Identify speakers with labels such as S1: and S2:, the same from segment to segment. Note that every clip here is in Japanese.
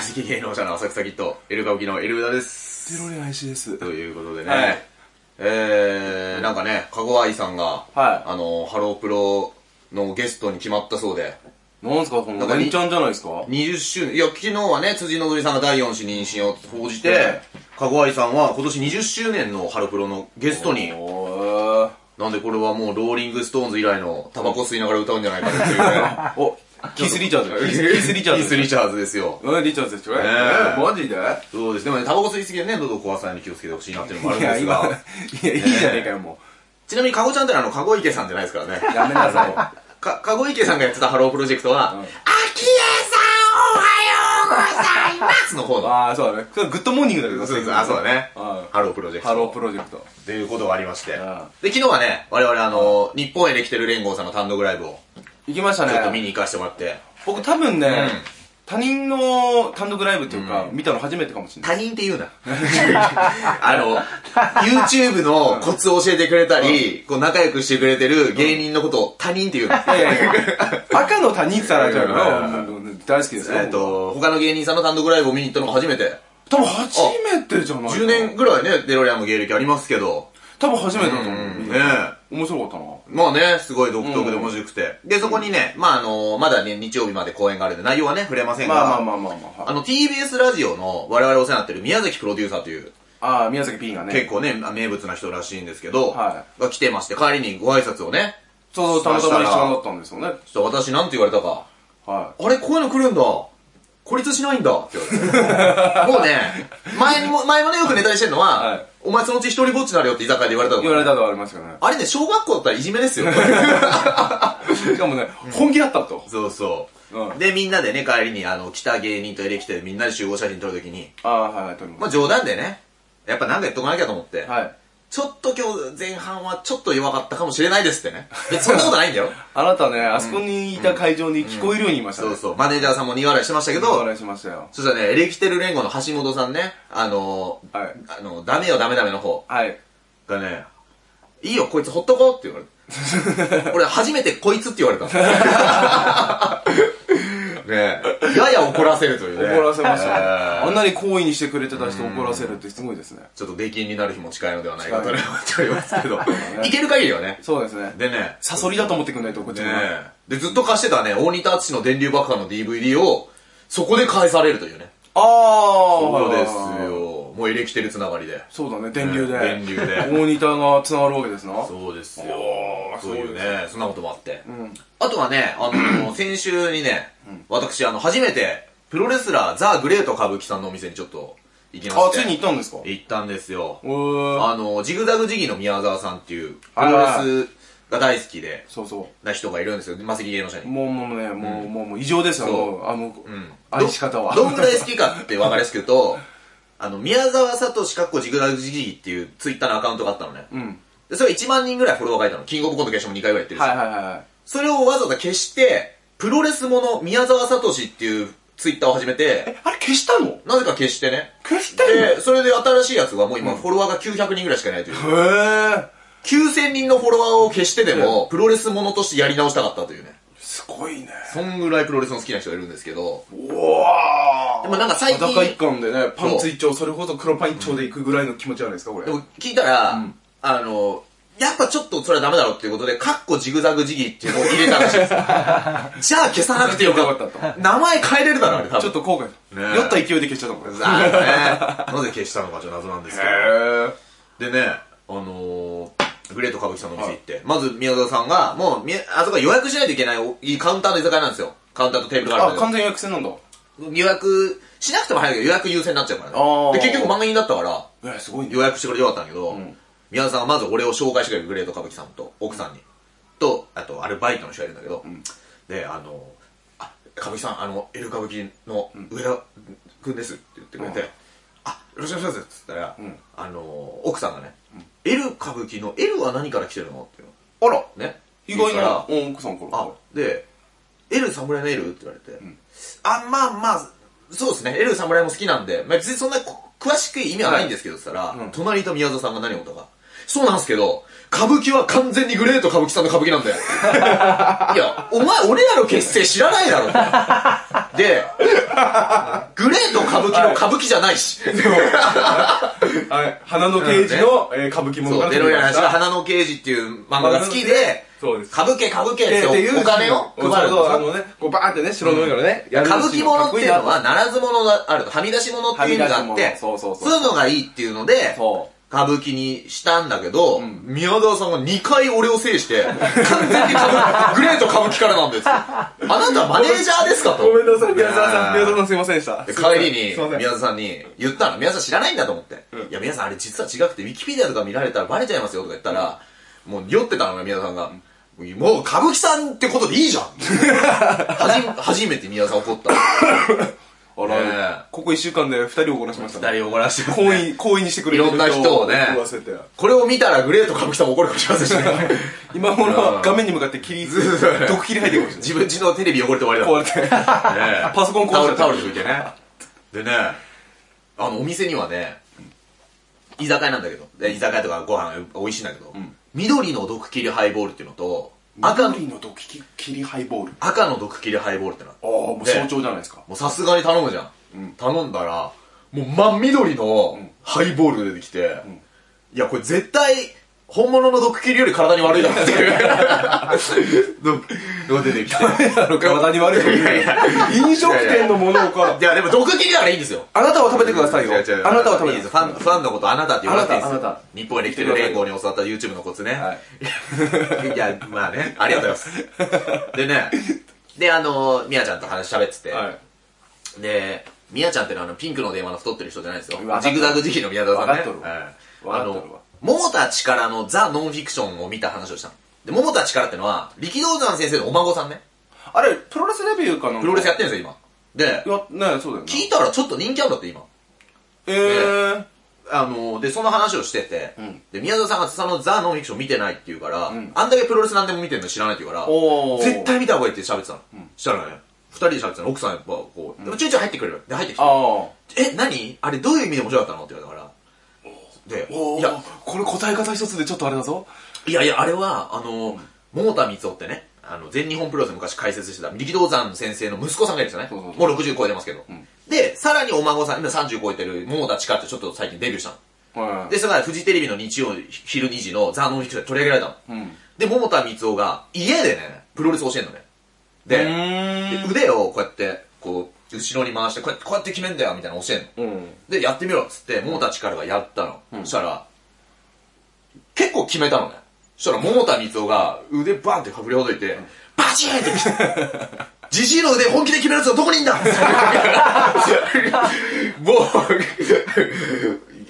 S1: 最近芸能者の浅草キッド、エルカ沖のエルウダです。
S2: テロレシです。
S1: ということでね、
S2: はい
S1: えー、なんかね、かごあいさんが、
S2: はい
S1: あの、ハロープロのゲストに決まったそうで、
S2: なんすか、このレンチャンじゃないですか
S1: 20周年、いや、昨日はね、辻希美さんが第4子妊娠を報じて、かごあいさんは今年20周年のハロプロのゲストに、
S2: おー
S1: なんでこれはもうローリングストーンズ以来のタバコ吸いながら歌うんじゃないかっていうぐ らい
S2: お、キス・リチャーズ。キスキス・リチャーズ。
S1: キス・リチャーズですよ。
S2: うん、リチャーズでしょえ
S1: え
S2: マジで
S1: そうです。でもね、タバコ吸いすぎてね、喉を壊さないように気をつけてほしいなっていうのもあるん
S2: いや、
S1: です
S2: 今、い
S1: が。
S2: や、いいじゃねえかよ、も
S1: ちなみに、かごちゃんってのは、あの、かご池さんじゃないですからね。
S2: う。やめなさ
S1: か、かご池さんがやってたハロープロジェクトは、あきえさんおはようございますの方
S2: い。
S1: の。
S2: ああ、そうだね。それグッドモーニングだけど、
S1: そうです。あ、そうだね。
S2: うん
S1: ハロープロジェクト。
S2: ハロープロジェクト。
S1: っていうことがありまして
S2: ん。
S1: で、昨日はね、我々あの、日本へできてる連合さんの単独ライブを、
S2: 行きました
S1: ちょっと見
S2: ね。
S1: に行かせてもらって、
S2: 僕多分
S1: ん
S2: ね、他人の単独ライブっていうか、見たの初めてかもしれない。
S1: 他人って言う な。あの、YouTube のコツを教えてくれたり、こう仲良くしてくれてる芸人のことを他人って言うな。
S2: いやいや 赤の他人って言ったらあれだけど
S1: うん
S2: もうもう大好きですよ。
S1: えっと、他の芸人さんの単独ライブを見に行ったのが初めて。
S2: 多分初めてじゃないかな
S1: 10年ぐらいね、デロリアンも芸歴ありますけど。
S2: 多分初めてだと
S1: う
S2: 思
S1: ん、
S2: う
S1: ね。
S2: 面白かったな。
S1: まあね、すごい独特で面白くて。で、そこにね、まああの、まだね、日曜日まで公演があるんで、内容はね、触れませんが、
S2: まあまあまあまあまあ。
S1: あの、TBS ラジオの我々お世話になってる宮崎プロデューサーという、
S2: ああ、宮崎 P がね。
S1: 結構ね、名物な人らしいんですけど、
S2: は
S1: が来てまして、帰りにご挨拶をね、
S2: ちょうどたまたま一緒だったんですよね。
S1: ちょっと私なんて言われたか、
S2: は
S1: あれ、こういうの来るんだ。孤立しないんだって言われ て。もうね、前にも、前もね、よくネタにしてるのは、
S2: はい
S1: お前そのうち一人ぼっちになるよって居酒屋で言われたの
S2: い。言われたとありまし たよね。
S1: あれね、小学校だったらいじめですよ。
S2: しかもね、本気だったと。
S1: そうそう、
S2: うん
S1: で、みんなでね、帰りに、あの、来た芸人とエレキテみんなで集合写真撮るときに、
S2: ああ、はい、とり
S1: ま
S2: ま
S1: あ冗談でね、やっぱなんかやっとかなきゃと思って、
S2: す。はい。
S1: ちょっと今日前半はちょっと弱かったかもしれないですってね。 別にそんなことないんだよ。
S2: あなたね、あそこにいた会場に聞こえるように言いましたね。
S1: そうそう。マネージャーさんも苦笑いしてましたけ
S2: お
S1: ど、
S2: 笑いしましたよ。
S1: そしたらね、エレキテル連合の橋本さんね、あのー
S2: はい。
S1: あの、ダメよダメダメの方
S2: はい。
S1: がね、いいよ、こいつほっとこうって言 われて。俺初めてこいつって言われた。ねえ。やや怒らせるというね。
S2: 怒らせましたね。
S1: えー
S2: あんなに好意にしてくれてた人を怒らせるってすごいですね。
S1: ちょっと出禁になる日も近いのではないかと
S2: 近い
S1: 思っておりますけど、 いける限りはね。
S2: そうですね。
S1: でね、
S2: サソリだと思ってくんないと、こっち
S1: ね
S2: もね。
S1: え。で、ずっと貸してたね、大仁田敦の電流爆破の DVD を、そこで返されるというね。
S2: ああ。
S1: そうです。よ。もうエレキテルつながりで。
S2: そうだね、電流で。
S1: ね電流で
S2: 大仁田が繋がるわけですな。
S1: そうですよ
S2: お。ー
S1: そういう
S2: そう
S1: ね、そんなこともあって。
S2: ん
S1: あとはね、あ の、先週にね、私、あの、初めて、プロレスラー、ザ・グレート歌舞伎さんのお店にちょっと行きまして。
S2: あ、ついに行ったんですか
S1: 行ったんですよ。
S2: おー。
S1: あの、ジグザグジギーの宮沢さんっていう、プ
S2: はいはい
S1: ロレスが大好きで、
S2: そうそう。
S1: な人がいるんですよ。マセキ芸能者に。
S2: もうもうね、もう、もう、もう異常ですよ、
S1: そう
S2: もうあの、
S1: ん
S2: 愛し方は。
S1: どんぐらい好きかって分かりやすく言うと、あの、宮沢聡かっこジグザグジギーっていうツイッターのアカウントがあったのね。
S2: うん。
S1: で、それが1万人ぐらいフォロワーがいたの。キングオブコント決勝も2回ぐらいやってるし。
S2: はいはいはいはい。
S1: それをわざわざ消して、プロレスもの宮沢聡っていうツイッターを始めて、
S2: あれ消したの
S1: なぜか消して ね。
S2: 消したよへ
S1: で、それで新しいやつはもう今フォロワーが900人ぐらいしかいないという。
S2: ー。
S1: 9000人のフォロワーを消してでも、プロレスものとしてやり直したかったというね。
S2: すごいね。
S1: そんぐらいプロレスの好きな人がいるんですけど、
S2: おー。
S1: でもなんか最近
S2: 裸一貫でね、パンツ一丁、それこそ黒パン一丁で行くぐらいの気持ちじゃないですか、これ。
S1: でも聞いたら、
S2: ん
S1: あの、やっぱちょっとそれはダメだろうっていうことで、カッコジグザグジギーっていうのを入れたらしい です。じゃあ消さなくてよかった
S2: よかっ
S1: 名前変えれるだろ、あれ多分。
S2: ちょっと後悔。
S1: ね
S2: 酔った勢いで消しちゃったもん。へ
S1: さあ ね、なぜ消したのかちょっと謎なんですけ
S2: ー。
S1: ど。でね、あのー、グレート歌舞伎さんのお店行って、まず宮沢さんが、もうみ、あそこは予約しないといけないおいいカウンターの居酒屋なんですよ。カウンターとテーブルがある
S2: あ、
S1: んだ
S2: 完全予約制なんだ。
S1: けど、予約しなくても早いけど予約優先になっちゃうから
S2: あー
S1: ね。で、結局満員だったから、
S2: えー、すごいね。
S1: 予約してくれてよかったんだけど、
S2: ん
S1: 宮田さんがまず俺を紹介してくれるグレート歌舞伎さんと奥さんに、とあとアルバイトの人がいるんだけど、であのあ歌舞伎さんあのエル歌舞伎の上田君ですって言ってくれて、あよろしくお願いしますっつったら、
S2: ん
S1: あの奥さんがね、エル歌舞伎の L は何から来てるのっていう
S2: あら、
S1: のね
S2: 意外
S1: 言うから
S2: な、うん奥さんから。
S1: あ、で、L 侍の L? って言われて、あ、まあまあ、そうですね、L 侍も好きなんで、まあ、別にそんなこ詳しく意味はないんですけど、つったら、
S2: うん
S1: 隣と宮沢さんが何をとか、そうなんですけど、歌舞伎は完全にグレート歌 舞伎さんの歌舞伎なんだよ。いや、お前、俺らの結成知らないだろ。で、グレーと歌舞伎の歌舞伎じゃないし。
S2: でも、 はい、花の刑事の、えー歌舞伎もの
S1: そう、
S2: から
S1: デロリアンの話
S2: 撮
S1: は
S2: りました
S1: 花の刑事っていう漫画が好きで、
S2: そうです。
S1: 歌舞伎歌舞伎っ
S2: えーって
S1: て
S2: いう
S1: お金を配る
S2: そうそうあ
S1: の
S2: のね、こうバーンってね、城の上からね、やる
S1: 歌舞伎ものっていうの
S2: か
S1: は、ならずものがあると、はみ出しものっていう意味があっ
S3: はみ出
S1: て、
S3: し物そうそうそう
S1: いうのがいいっていうので、
S3: そ
S1: 歌舞伎にしたんだけど、
S3: ん
S1: 宮沢さんが2回俺を制 して、完全に歌舞伎、グレート歌舞伎からなんですよ。あなたマネージャーですかと。
S2: ごめんなさい、宮沢さん、
S1: ね
S2: 宮沢さんすいませんでした。
S1: で帰りに
S2: すいません、
S1: 宮沢さんに言ったの。宮沢さん知らないんだと思って。いや、宮沢さんあれ実は違くて、ウィキペディアとか見られたらバレちゃいますよとか言ったら、もう酔ってたのが宮沢さんが、もう歌舞伎さんってことでいいじ ゃんはじ初めて宮沢さん怒った。
S2: あら、
S1: ねえ
S2: ここ一週間で二人怒らしましたね。
S1: 二人怒らして
S2: 行為、行為にしてくれてる
S1: いろんな人をね
S2: 怒らせて。
S1: これを見たらグレート歌舞伎さんも怒るかもしれませんしね
S2: 今頃は画面に向かって 切り、 毒切り入ってくるんです
S1: 自分家のテレビ汚れて終わりだ
S2: 壊れて。
S1: ねえ
S2: パソコン壊しち
S1: タ
S2: ゃ
S1: オ
S2: っ
S1: ル
S2: た
S1: タオルで拭いて ねでねあのお店にはね居酒屋なんだけどで居酒屋とかご飯美味しいんだけど、緑の毒切りハイボールっていうのと赤の
S3: 緑のドキ切りハイボール。
S1: 赤の毒切りハイボールってのあって
S3: ああ、もう象徴じゃない ですか。
S1: もうさすがに頼むじゃん、頼んだらもう真緑のハイボール出てきて、いやこれ絶対本物の毒切りより体に悪いだろっていうののが出てきて
S2: 体に悪い。飲食店のものか。
S1: いやでも毒切りならいいんですよ
S2: あなたは食べてくださいよ。
S1: 違う違う
S2: あなたは食べ
S1: いい
S2: て
S1: で
S2: く
S1: す
S2: だ
S1: フ
S2: さい。
S1: ァンファンのことあなたって言われていいです
S3: あなたあな
S1: 日本へ来てる連合に教わった YouTube のコツね、、
S3: はい
S1: やまあねありがとうございますでねであのみやちゃんと話喋ってて、
S2: はい。
S1: でみやちゃんってのはあのピンクの電話の太ってる人じゃないですよ
S3: 分かった
S1: ジグザグ時期の宮沢さんね
S3: 分かっとるわ
S1: はいあ
S3: 分かっとるわ
S1: の桃田力のザ・ノンフィクションを見た話をしたので桃田力ってのは力道山先生のお孫さんね
S2: あれ、プロレスレビューかな
S1: プロレスやっててるんですよ今で
S2: や、ねそうだよね。
S1: 聞いたらちょっと人気あるんだって今
S2: えー。
S1: あのでその話をしてて、
S3: ん
S1: で宮沢さんがそのザ・ノンフィクション見てないって言うから、
S3: ん
S1: あんだけプロレスなんでも見てるの知らないって言うから
S3: おー
S1: 絶対見た方がいいって喋ってたの、したらね二人で喋ってたの奥さんやっぱこう、でもちょいちょい入ってくれるで入ってきて
S3: ああ。
S1: 「え何あれどういう意味で面白かったの?」って言われたからで
S2: お
S1: い
S2: い
S1: や
S2: や、これ答え方一つでちょっとあれだぞ。
S1: いやいやあれはあの桃田光夫ってねあの全日本プロレス昔解説してた力道山先生の息子さんがいるんですよね
S3: そうそう
S1: もう60超えてますけど、でさらにお孫さん今30超えてる桃田千佳ってちょっと最近デビューしたの
S3: はい。
S1: で、それがフジテレビの日曜昼2時のザ・ノンフィクションで取り上げられたの。で、桃田光夫が家でね、プロレス教えんのね。で、で腕をこうやって、こう、後ろに回して、こうやって、こうやって決めんだよ、みたいなの教えんの。
S3: うん。
S1: で、やってみろっつって、桃田力がやったの。そしたら、結構決めたのね。そしたら、桃田光雄が腕バンってかぶりほどいて、バチーンって来て、じじいの腕本気で決めるやつはどこにいん だもう、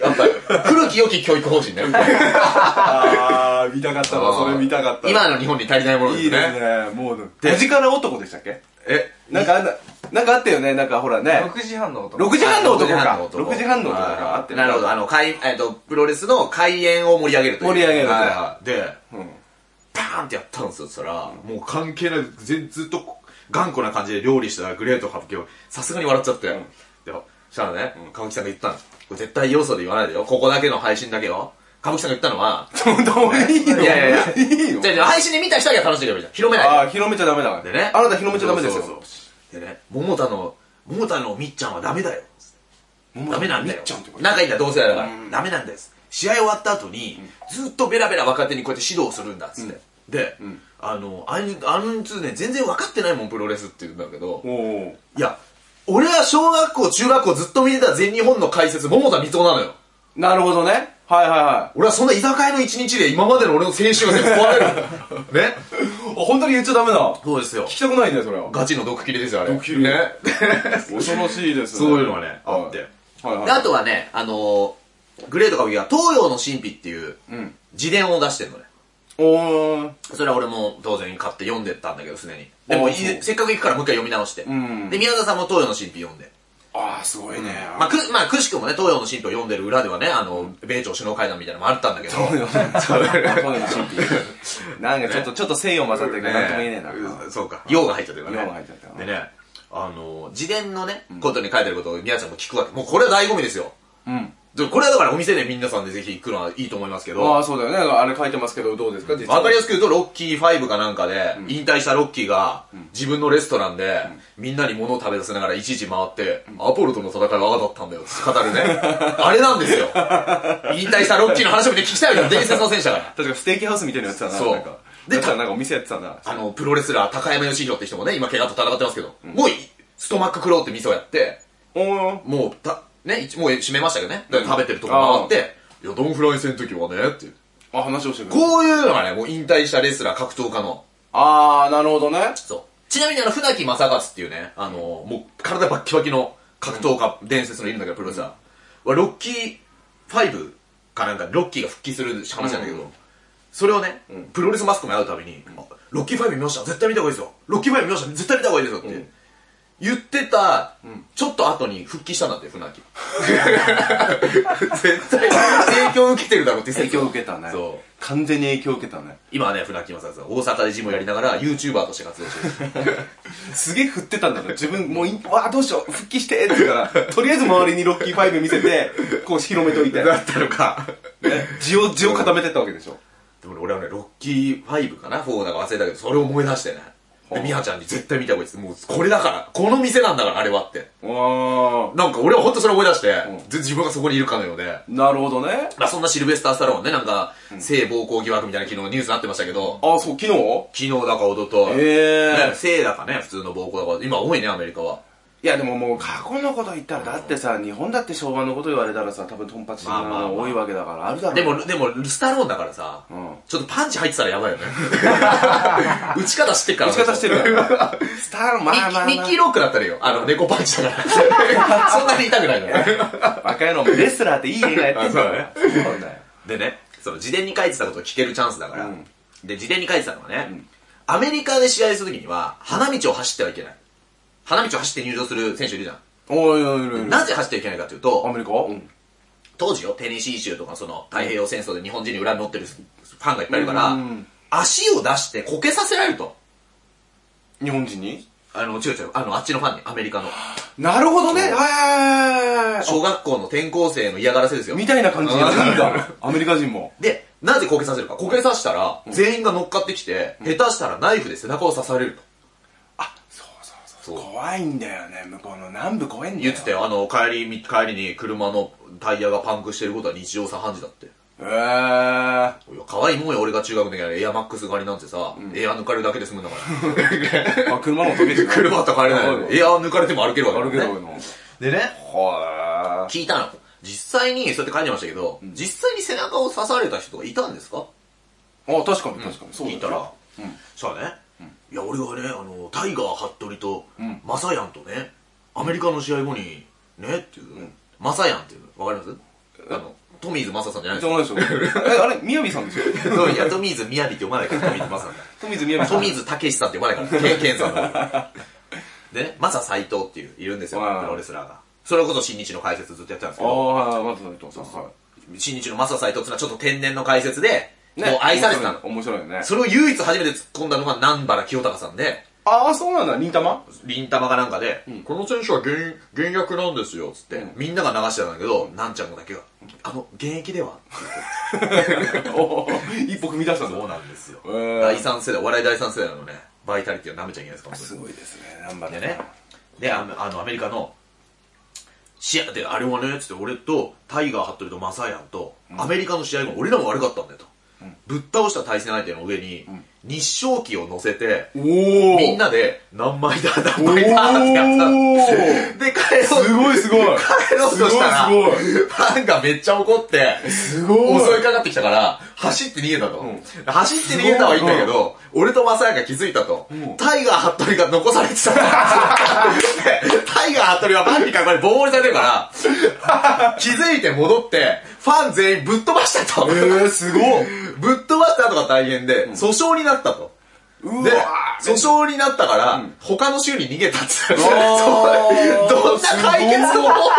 S1: やっ ぱ、古き良き教育方針だよ。
S2: あー、見たかったわ。それ見たかった。
S1: 今の日本に足りないものです
S2: いいで
S1: ね。
S2: すね。もう、手力男でしたっけ
S1: え、
S2: なんかあんな、なんかあったよね。なんかほらね。
S3: 6時半の男。
S2: 6時半の男
S1: 6時半
S2: か
S1: の。男
S2: 6時半の男か。あって
S1: なるほど、あの、開えっと、プロレスの開演を盛り上げるという。
S2: 盛り上げると
S1: はいはいで、
S2: うん
S1: バーンってやったんですよ、そしたら、もう関係なく、全ずっと頑固な感じで料理してたらグレート歌舞伎を、さすがに笑っちゃって、でそしたらね、歌舞伎さんが言ったんです。これ絶対要素で言わないでよ。ここだけの配信だけよ。歌舞伎さんが言ったのは、
S2: どうどういい
S1: いや
S2: の
S1: いやいや、
S2: いいの
S1: じゃあじゃあ配信で見た人だけは楽しんでくればいいじゃん。広めないで。
S2: ああ、広めちゃダメだから。
S1: でね。
S2: あなた広めちゃダメです
S1: そう
S2: よ。
S1: そうそうでね、桃田の、桃田のみっちゃんはダメだよ。ダメなんだよ
S2: みっちゃんってこ。と
S1: 仲いいんだ、同世代だから。ダメなんです。試合終わった後に、ずっとベラベラ若手にこうやって指導するんだ、つって。で、あの、あいつ、あのつね、全然分かってないもん、プロレスって言うんだけど、
S2: おお。
S1: いや、俺は小学校、中学校ずっと見てた全日本の解説、桃田光雄なのよ。
S2: なるほどね。はいはいはい。
S1: 俺はそんな居酒屋の一日で今までの俺の青春が全部壊 れる。ね
S2: あ本当に言っちゃダメだ。聞
S1: そうですよ。
S2: きたくないね、それ は。
S1: ガチの毒切りですよ、あれ。
S2: 毒切り
S1: ね。
S2: 恐ろしいですね。
S1: そういうのがね、あって。
S2: はいはい
S1: であとはね、あのーグレート歌舞伎が東洋の神秘っていう
S2: うん。
S1: 自伝を出してるのね。
S2: おー。
S1: それは俺も当然買って読んでたんだけど、すでに。でも、
S2: お
S1: い
S2: ーそう
S1: せっかく行くからもう一回読み直して。
S2: ん
S1: で、宮沢さんも東洋の神秘読んで。
S2: ああ、すごいね。
S1: まあ、く、まあ、くしくもね、東洋の神秘を読んでる裏ではね、あの、米朝首脳会談みたいなのもあったんだけど。
S2: そうよね。そういうの神秘。なんかちょっと、ちょっと西洋混ざってるからなんとも言えねえな。
S1: うんそうか。用が入っちゃってるからね。
S2: 用が入っちゃってる
S1: でね、あの、自伝のね、ことに書いてることを宮ちゃんも聞くわけ。もうこれは醍醐味ですよ。
S2: うん。
S1: でこれはだからお店で皆さんでぜひ行くのはいいと思いますけど、
S2: ああ、そうだよね。あれ書いてますけど、どうですか実は
S1: わかりやすく言うと、ロッキー5かなんかで、引退したロッキーが、自分のレストランで、みんなに物を食べさせながらいちいち回って、アポロとの戦いは我がだったんだよ って語るね。あれなんですよ。引退したロッキーの話を見て聞きたいよ、伝説の戦士だから。
S2: 確かステーキハウスみたいなのやってたな。
S1: そう
S2: なんか
S1: で
S2: なんかなんかお店やってたな。
S1: あの、プロレスラー、高山義弘って人もね、今怪我と戦ってますけど、もうい、ストマッククローって店をやって、
S2: おー
S1: もう、た、ね、一もう閉めましたけどね。だから食べてるとこ回って、いや、ドンフライ戦の時はね、っていう。
S3: あ、話をしてくれる。
S1: こういうのがね、もう引退したレスラー、格闘家の、
S3: あー、なるほどね。
S1: そう。ちなみにあの、船木正勝っていうね、あの、もう体バッキバキの格闘家、伝説のいるんだけど、プロレスラー。は、ロッキー5かなんか、ロッキーが復帰する話なんだけど、それをね、プロレスマスコミに会うたびに、あロッキー5見ました絶対見た方がいいですよロッキー5見ました絶対見た方がいいですよって。言ってた、ちょっと後に復帰したんだって、船 木。絶対、影響受けてるだろうって説
S2: 影響受けたね。
S1: そう。
S2: 完全に影響受けたね。
S1: 今はね、船木正勝は大阪でジムをやりながら、YouTuber として活動してる。
S2: すげえ振ってたんだから、自分、もうい、わあどうしよう、復帰してって言うから、とりあえず周りにロッキーファイブ見せて、こう広めといて、
S1: だったのか。
S2: 地を、地を固めてったわけでしょ。
S1: でもね俺はね、ロッキー5かな ?4 だか忘れたけど、それを思い出してね。で、ミハちゃんに絶対見た方がいいです。もう、これだから、この店なんだから、あれはって。
S2: あ
S1: なんか俺はほんとそれ思い出して、
S2: うん
S1: ず自分がそこにいるかのようで。
S2: ー。なるほどね。
S1: まあ、そんなシルベスター・スタローンね、なんか、性暴行疑惑みたいな昨日ニュースになってましたけど、
S2: あー、そう、昨日
S1: 昨日だかおととい、
S2: え
S1: ね性だかね、普通の暴行だか、今多いね、アメリカは。
S2: いやでももう過去のこと言ったらだってさ日本だって昭和のこと言われたらさ多分トンパチな
S1: まあまあま
S2: の
S1: あ
S2: 多いわけだからあるだろう
S1: でも、でも、スタローンだからさ、
S2: うん
S1: ちょっとパンチ入ってたらやばいよ ね。打ち方知ってっから。
S2: 打ち方して るからスターのまあまあ
S1: ミッ
S2: ま
S1: キーロックだったらいいよ。あの、猫パンチだ から。そんなに痛くないから。
S2: あ若いのもレスラーっていい映画やってんだから
S1: あ
S2: そうなんだよ
S1: でね、その事前に書いてたことを聞けるチャンスだから、
S2: うん
S1: で、事前に書いてたのはね、アメリカで試合するときには、花道を走ってはいけない。花道を走って入場する選手いるじゃん。
S2: おいおいおいおい
S1: なぜ走ってはいけないかという
S2: ア
S1: と、
S2: メリカうん
S1: 当時よ、テネシー州とかその太平洋戦争で日本人に裏に乗ってるファンがいっぱいいるから、
S2: うん
S1: 足を出してこけさせられると。
S2: 日本人に
S1: あの、違う違う、あの、あっちのファンに、アメリカの。
S2: なるほどねはいはいはいはい
S1: 小学校の転校生の嫌がらせですよ。
S2: みたいな感じでやってんだ アメリカ人も
S1: で、なぜこけさせるか。こけさせたら、全員が乗っかってきて、下手したらナイフで背中を刺されると。
S2: あそうそうそう
S1: そう
S2: 怖いんだよね向こうの南部怖いんだよ
S1: 言ってたよ。あの、帰りみ、帰りに車のタイヤがパンクしてることは日常茶飯事だって。
S2: えー
S1: いや、可愛いもんよ、俺が中学の時はエアマックス狩りなんてさ、エア抜かれるだけで済むんだから。
S2: あ車の音消してく
S1: 車と帰れない のに。エア抜かれても歩けるわけだ
S2: 歩
S1: か
S2: け
S1: らね。
S2: るの
S1: でね、
S2: は
S1: 聞いたの。実際に、そうやって書いてましたけど、実際に背中を刺された人がいたんですか
S2: いあ確かに確かにそう
S1: 聞
S2: だよ
S1: いたら、そうね、いや俺はねあのタイガー服部と、マサヤンとねアメリカの試合後にねっていう、マサヤンっていうわかりますあのトミーズマサさんじゃない
S2: じ
S1: で
S2: ゃ
S1: す
S2: な
S1: か
S2: いでしょ。 え、あれ、みやびさんでしょ
S1: そういやトミーズ宮城って読まないからトミーズマ サさんだ
S2: 富水みやびさん。
S1: トミーズたけしさんって呼ばない から、ケンケンさんだでね、マサ斎藤っていう、いるんですよ、
S2: はい
S1: プロレスラーが。それこそ新日の解説ずっとやってたんですけ
S2: あ
S1: ど、
S2: あ、はいはい、まずそうそう。は
S1: 新日のマサ斎藤っていうのはちょっと天然の解説で、
S2: い。
S1: もう愛されてたの。
S2: 面白いよね。
S1: それを唯一初めて突っ込んだのが南原清隆さんで、
S2: ああ、そうなんだ、忍たま
S1: リンタマかなんかで、この選手は現現役なんですよ、つって、
S2: うん
S1: みんなが流してたんだけど、なんちゃんだけが、あの、現役では
S2: おー 一歩踏み出したんだ。
S1: なんですよ。
S2: へー
S1: 第三世代、お笑い第三世代のね、バイタリティを舐めちゃいけないですから、
S2: す
S1: 本
S2: ごいですね、ナンバ
S1: 当
S2: ー
S1: にでね、で、あの、あのアメリカの、試合で、あれはね、つって、俺と、タイガー・ハットリとマサヤンと、アメリカの試合後、俺らも悪かったんだよと。ぶっ倒した対戦相手の上に、日照旗を乗せて、
S2: おー
S1: みんなで、何枚だ、何枚だってやったの。で、彼を、
S2: すごいすごい
S1: 帰ろうとしたら、
S2: すごい
S1: ファンがめっちゃ怒って、
S2: すごい
S1: 襲いかかってきたから、走って逃げたと。
S2: ん
S1: 走って逃げたはいいんだけど、俺とマサヤが気づいたと。
S2: ん
S1: タイガー・服部が残され てたと。でタイガー・服部はファンに囲まれ、ボールされてるから、気づいて戻って、ファン全員ぶっ飛ばしたと。
S2: えー、すごい
S1: ぶっ飛ばした後が大変で、訴訟になったと。
S2: うわ
S1: で、
S2: ー
S1: 訴訟になったから、他の州に逃げたっつって。
S2: ー
S1: どんな解決 方法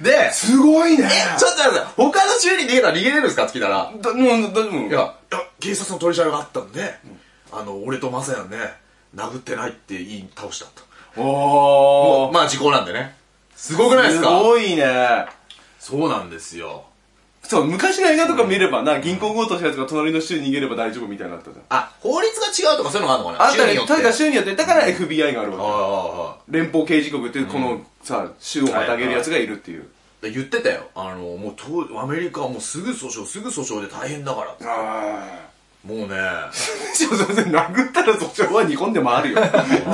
S1: で、
S2: すごいね
S1: え、ちょっと待ってください。他の州に逃げたら逃げれるんですかって聞いたら、
S2: だもう、大丈夫
S1: いや、いや警察の取り調べがあったんで、あの、俺とマサヤンね、殴ってないって言い倒したと。
S2: おー
S1: まあ時効なんでね。すごくないですか
S2: すごいね
S1: そうなんですよ
S2: そう、昔の映画とか見ればな、銀行強盗したやつが隣の州に逃げれば大丈夫みたいになのあったじゃん。
S1: あ法律が違うとかそういうのがあるのかな
S2: あんたね、
S1: 州
S2: 確か州によって、だから FBI がある
S1: あああ
S2: わ
S1: あああ
S2: け。連邦刑事局っていう、このさ、州をまたげるやつがいるっていう。
S1: で言ってたよあのもうとアメリカはもうすぐ訴訟すぐ訴訟で大変だから
S2: ああ。
S1: もうね
S2: ちょっと待って殴ったら訴訟は日本でもあ るよ。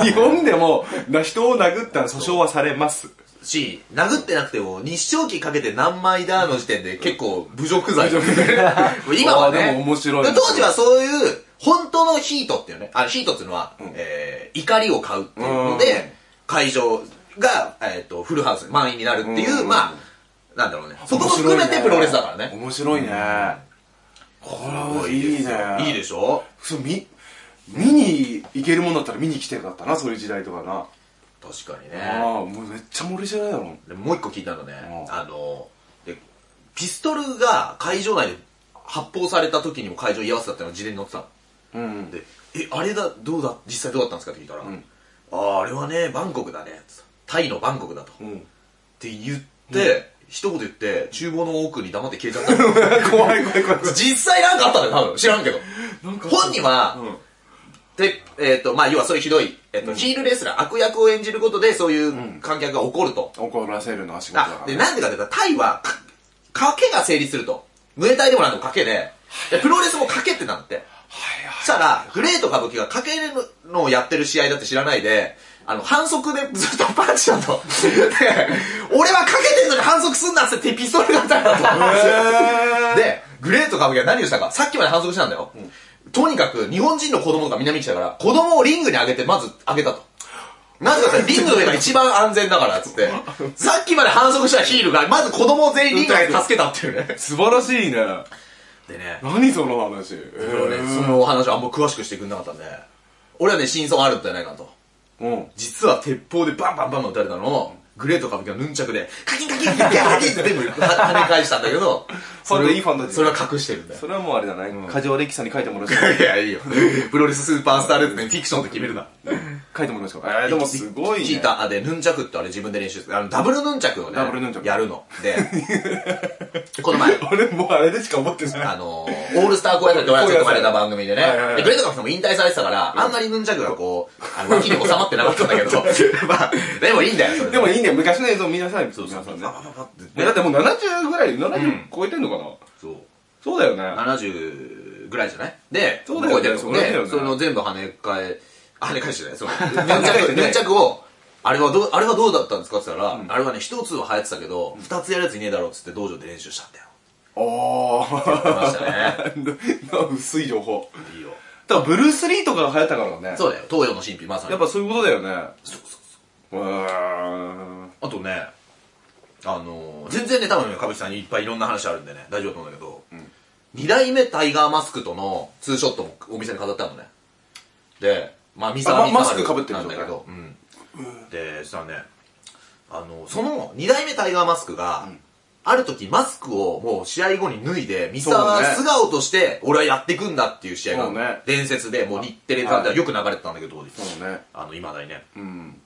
S2: 日本でも、な人を殴ったら訴訟はされます。
S1: し殴ってなくても日照期かけて何枚だの時点で結構侮辱罪今はね
S2: あーでも面白い
S1: で当時はそういう本当のヒートっていうねあのヒートっていうのは、えー怒りを買うっていうので、会場が、えー、とフルハウス満員になるっていう、
S2: うん
S1: まあなんだろうねそこも含めてプロレスだからね
S2: 面白いね。これはいい
S1: すご
S2: ね。
S1: いいいでしょ
S2: そう、み、見に行けるもんだったら見に来てよかったな、そういう時代とかな。
S1: 確かに
S2: ああ
S1: ね、
S2: もうめっちゃ盛りじゃないだろ。
S1: でもう一個聞いたのね、
S2: うん
S1: あのでピストルが会場内で発砲された時にも会場居合わせたっていうのが事例に載ってたの
S2: うん。
S1: で「えあれだどうだ実際どうだったんですか?」って聞いたら「
S2: ん
S1: あああれはねバンコクだね」つってタイのバンコクだと」っ
S2: うん。
S1: て言って、一言言って厨房の奥に黙って消えちゃったの
S2: 怖い怖い怖い。
S1: 実際なんかあったのよ多分知らんけど本人は、
S2: うん
S1: で、えっ、と、まあ、要はそういうひどい、えっ、と、ヒールレスラー、悪役を演じることで、そういう観客が怒ると。
S2: 怒らせるのは仕事だか
S1: あ、
S2: ら
S1: で、。なんでかって言ったら、タイは、か、賭けが成立すると。ムエタイでもなんでも賭けで、でプロレスも賭けってなって。そしたら、グレート歌舞伎が賭けるのをやってる試合だって知らないで、あの、反則でずっとパンチだと。で、俺は賭けてんのに反則すんなっつってピストルが撃たれたと。で、グレート歌舞伎は何をしたか、さっきまで反則したんだよ。とにかく、日本人の子供とか南に来たから、子供をリングに上げて、まず上げたと。なぜか ってリングの上が一番安全だからっつって、さっきまで反則したヒールが、まず子供を全員リングに上げて助けたっていうね。
S2: 素晴らしいね。
S1: でね、
S2: 何その話。え
S1: それをね、そ
S2: ー
S1: のお話はあんま詳しくしてくんなかったんで、俺はね、真相があるんじゃないかなと。
S2: うん。
S1: 実は鉄砲でバンバンバンバン撃たれたのを、グレート歌舞伎がヌンチャクで、カキンカキンってガーって全部は跳ね返したんだけ ど、
S2: それいいファンタジー
S1: それは隠してるんだよ。
S2: それはもうあれだね。過剰歴さんに書いてもらうしかない
S1: いや、いいよ。プロレススーパースターですね、フィクションって決めるな。
S2: 書いてもらうしかない。えーでもすごいね。
S1: 聞いた。あ、で、ヌンチャクってあれ自分で練習する。あの、ダブルヌンチャクをね、
S2: ダブルヌンチャク
S1: やるの。で、 この前、
S2: 俺もうあれでしか思ってない。
S1: あのー、オールスター公演って俺らちょっとまれた番組でね
S2: はいはいは、い
S1: でグレートカフさんも引退されてたから、あんまりヌンチャクがこう、あの、脇に収まってなかったんだ けど、 まあ、でもいいんだよ、それ
S2: でもいいんだよ、昔の映像見なさい。
S1: そうそう
S2: 皆さんね
S1: パ。パパパって
S2: えだってもう70ぐらい、70超えてんのかな
S1: そう。
S2: そうだよ ね。
S1: 70ぐらいじゃないで、
S2: そうだよね
S1: 覚えてる
S2: そうだよ
S1: で、そ
S2: ね
S1: の全部跳ね返、跳ね返してない。その、
S2: ね返してね
S1: 粘着を、あれはどう、あれはどうだったんですかって言ったら、あれはね、一つは流行ってたけど、二つやるやついねえだろうっつって道場で練習したんだよ。
S2: お
S1: 言って
S2: ー。
S1: ましたね。
S2: 薄い情報。
S1: いいよ。
S2: だからブルース・リーとかが流行ったからね。
S1: そうだよ、東洋の神秘、まさに。
S2: やっぱそういうことだよね。そうそうそう。ん。
S1: あとね、あのー全然ね、多分ね、歌舞伎さんにいっぱいいろんな話あるんでね、大丈夫だと思うんだけど、二代目タイガーマスクとのツーショットもお店に飾ってあるのね。で、まあ、ミサ
S2: あま
S1: ミサ
S2: マスク被ってる
S1: な
S2: 状
S1: んだ
S2: 態
S1: けど、うん。で、そしたらね、あの、その二代目タイガーマスクが、ある時マスクをもう試合後に脱いで、ミサは
S2: そうね
S1: 素顔として俺はやっていくんだっていう試合
S2: そう
S1: が
S2: ね
S1: 伝説で、もう日テレさんではよく流れてたんだけど、当時
S2: そうね。
S1: あの、未だにね。
S2: うん。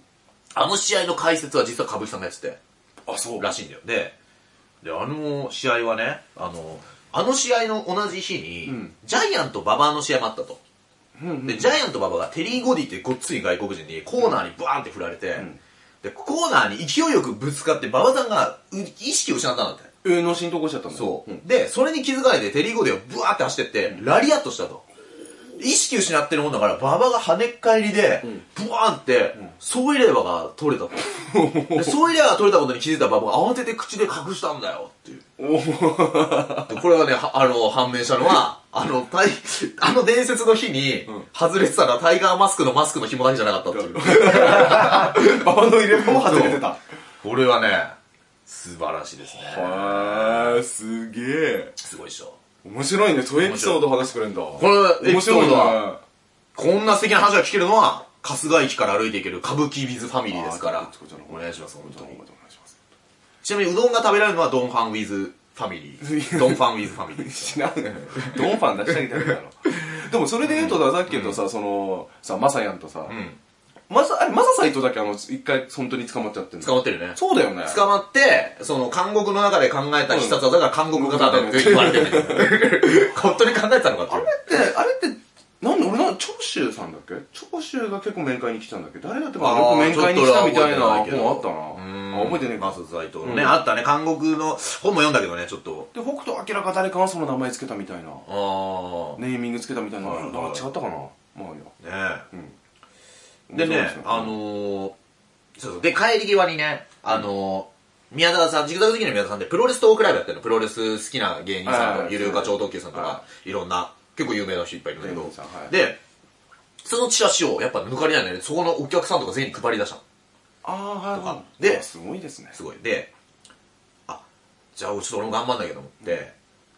S1: あの試合の解説は実は歌舞伎さんがやってて、
S2: あ、そう。
S1: らしいんだよでであの試合はねあのあの試合の同じ日に、
S2: ん
S1: ジャイアント馬場の試合もあったと、でジャイアント馬場がテリー・ゴディってごっつい外国人にコーナーにバーンって振られて、でコーナーに勢いよくぶつかって馬場さんがう意識を失ったんだって
S2: 上の浸透しちゃったんだ
S1: そう、
S2: ん
S1: でそれに気づかれてテリー・ゴディをブワーって走ってって、ラリアットしたと意識失ってるもんだから馬場が跳ねっ返りで、ブワーンって、そういればが取れた とでそういればが取れたことに気づいた馬場が慌てて口で隠したんだよっていう
S2: おー
S1: でこれはねはあの判明したのはあのタイあの伝説の日に、外れてたらタイガーマスクのマスクの紐だけじゃなかったっていう
S2: ババの入れ歯も外れてた。
S1: これはね素晴らしいですね
S2: へー、すげえ。
S1: すごいでしょ
S2: 面白いね。そういうエピソード話してくれんだ。こ
S1: れエピソード
S2: は
S1: は。こんな素敵な話が聞けるのは、春日駅から歩いていける歌舞伎ビズファミリーですか
S2: あ
S1: ら
S2: ーこっちこっちこっ。ち
S1: お願いします、本当
S2: どうも
S1: に
S2: お。願いします。
S1: ちなみにうどんが食べられるのはドンファンウィズファミリ ー。ドンファンウィズファミリー。
S2: 知らんのよ ドンファン出してあげてるだろでもそれで言うとささっき言うとさ、そのさまさやんとさ、
S1: ん
S2: マサ、あれ、マササイトだけあの、一回本当に捕まっちゃってる
S1: 捕まってるよね。
S2: そうだよね。
S1: 捕まって、その監獄の中で考えた必殺技が監獄型だって言われてるんだけど 本当に考えてたのかって
S2: あ
S1: い
S2: れ
S1: う。
S2: って、あれって、なんで俺な、長州さんだっけ長州が結構面会に来たんだっけ誰だってか
S1: あー
S2: よく面会に来たみたいな
S1: ちょっと俺は覚えてないけど
S2: 本あったな。あ覚えてねえ
S1: マ
S2: か。
S1: スザイトね、あったね。監獄の本も読んだけどね、ちょっと。
S2: で、北斗晶か誰かがその名前つけたみたいな。
S1: あ
S2: ネーミングつけたみたいな。
S1: はい
S2: なんだ違ったかなまあいいや。
S1: あ。ねえ。で
S2: 面白い
S1: ね
S2: す、
S1: あのー、そうそう。で、帰り際にね、あのー、宮田さん、ジグザグ好きの宮田さんってプロレストークライブやってるの。プロレス好きな芸人さん
S2: は
S1: と、
S2: い
S1: ゆるうか超特急さんとか
S2: は、
S1: いろんな、結構有名な人いっぱいいるんだけ
S2: 芸
S1: ど
S2: 人さんは。い
S1: で、そのチラシをやっぱ抜かりないので、そこのお客さんとか全員に配り出したの。
S2: ああ、はい
S1: とか
S2: はい。
S1: です
S2: ごいですね。
S1: すごい。で、あ、じゃあちょっと俺も頑張んなきゃと思って、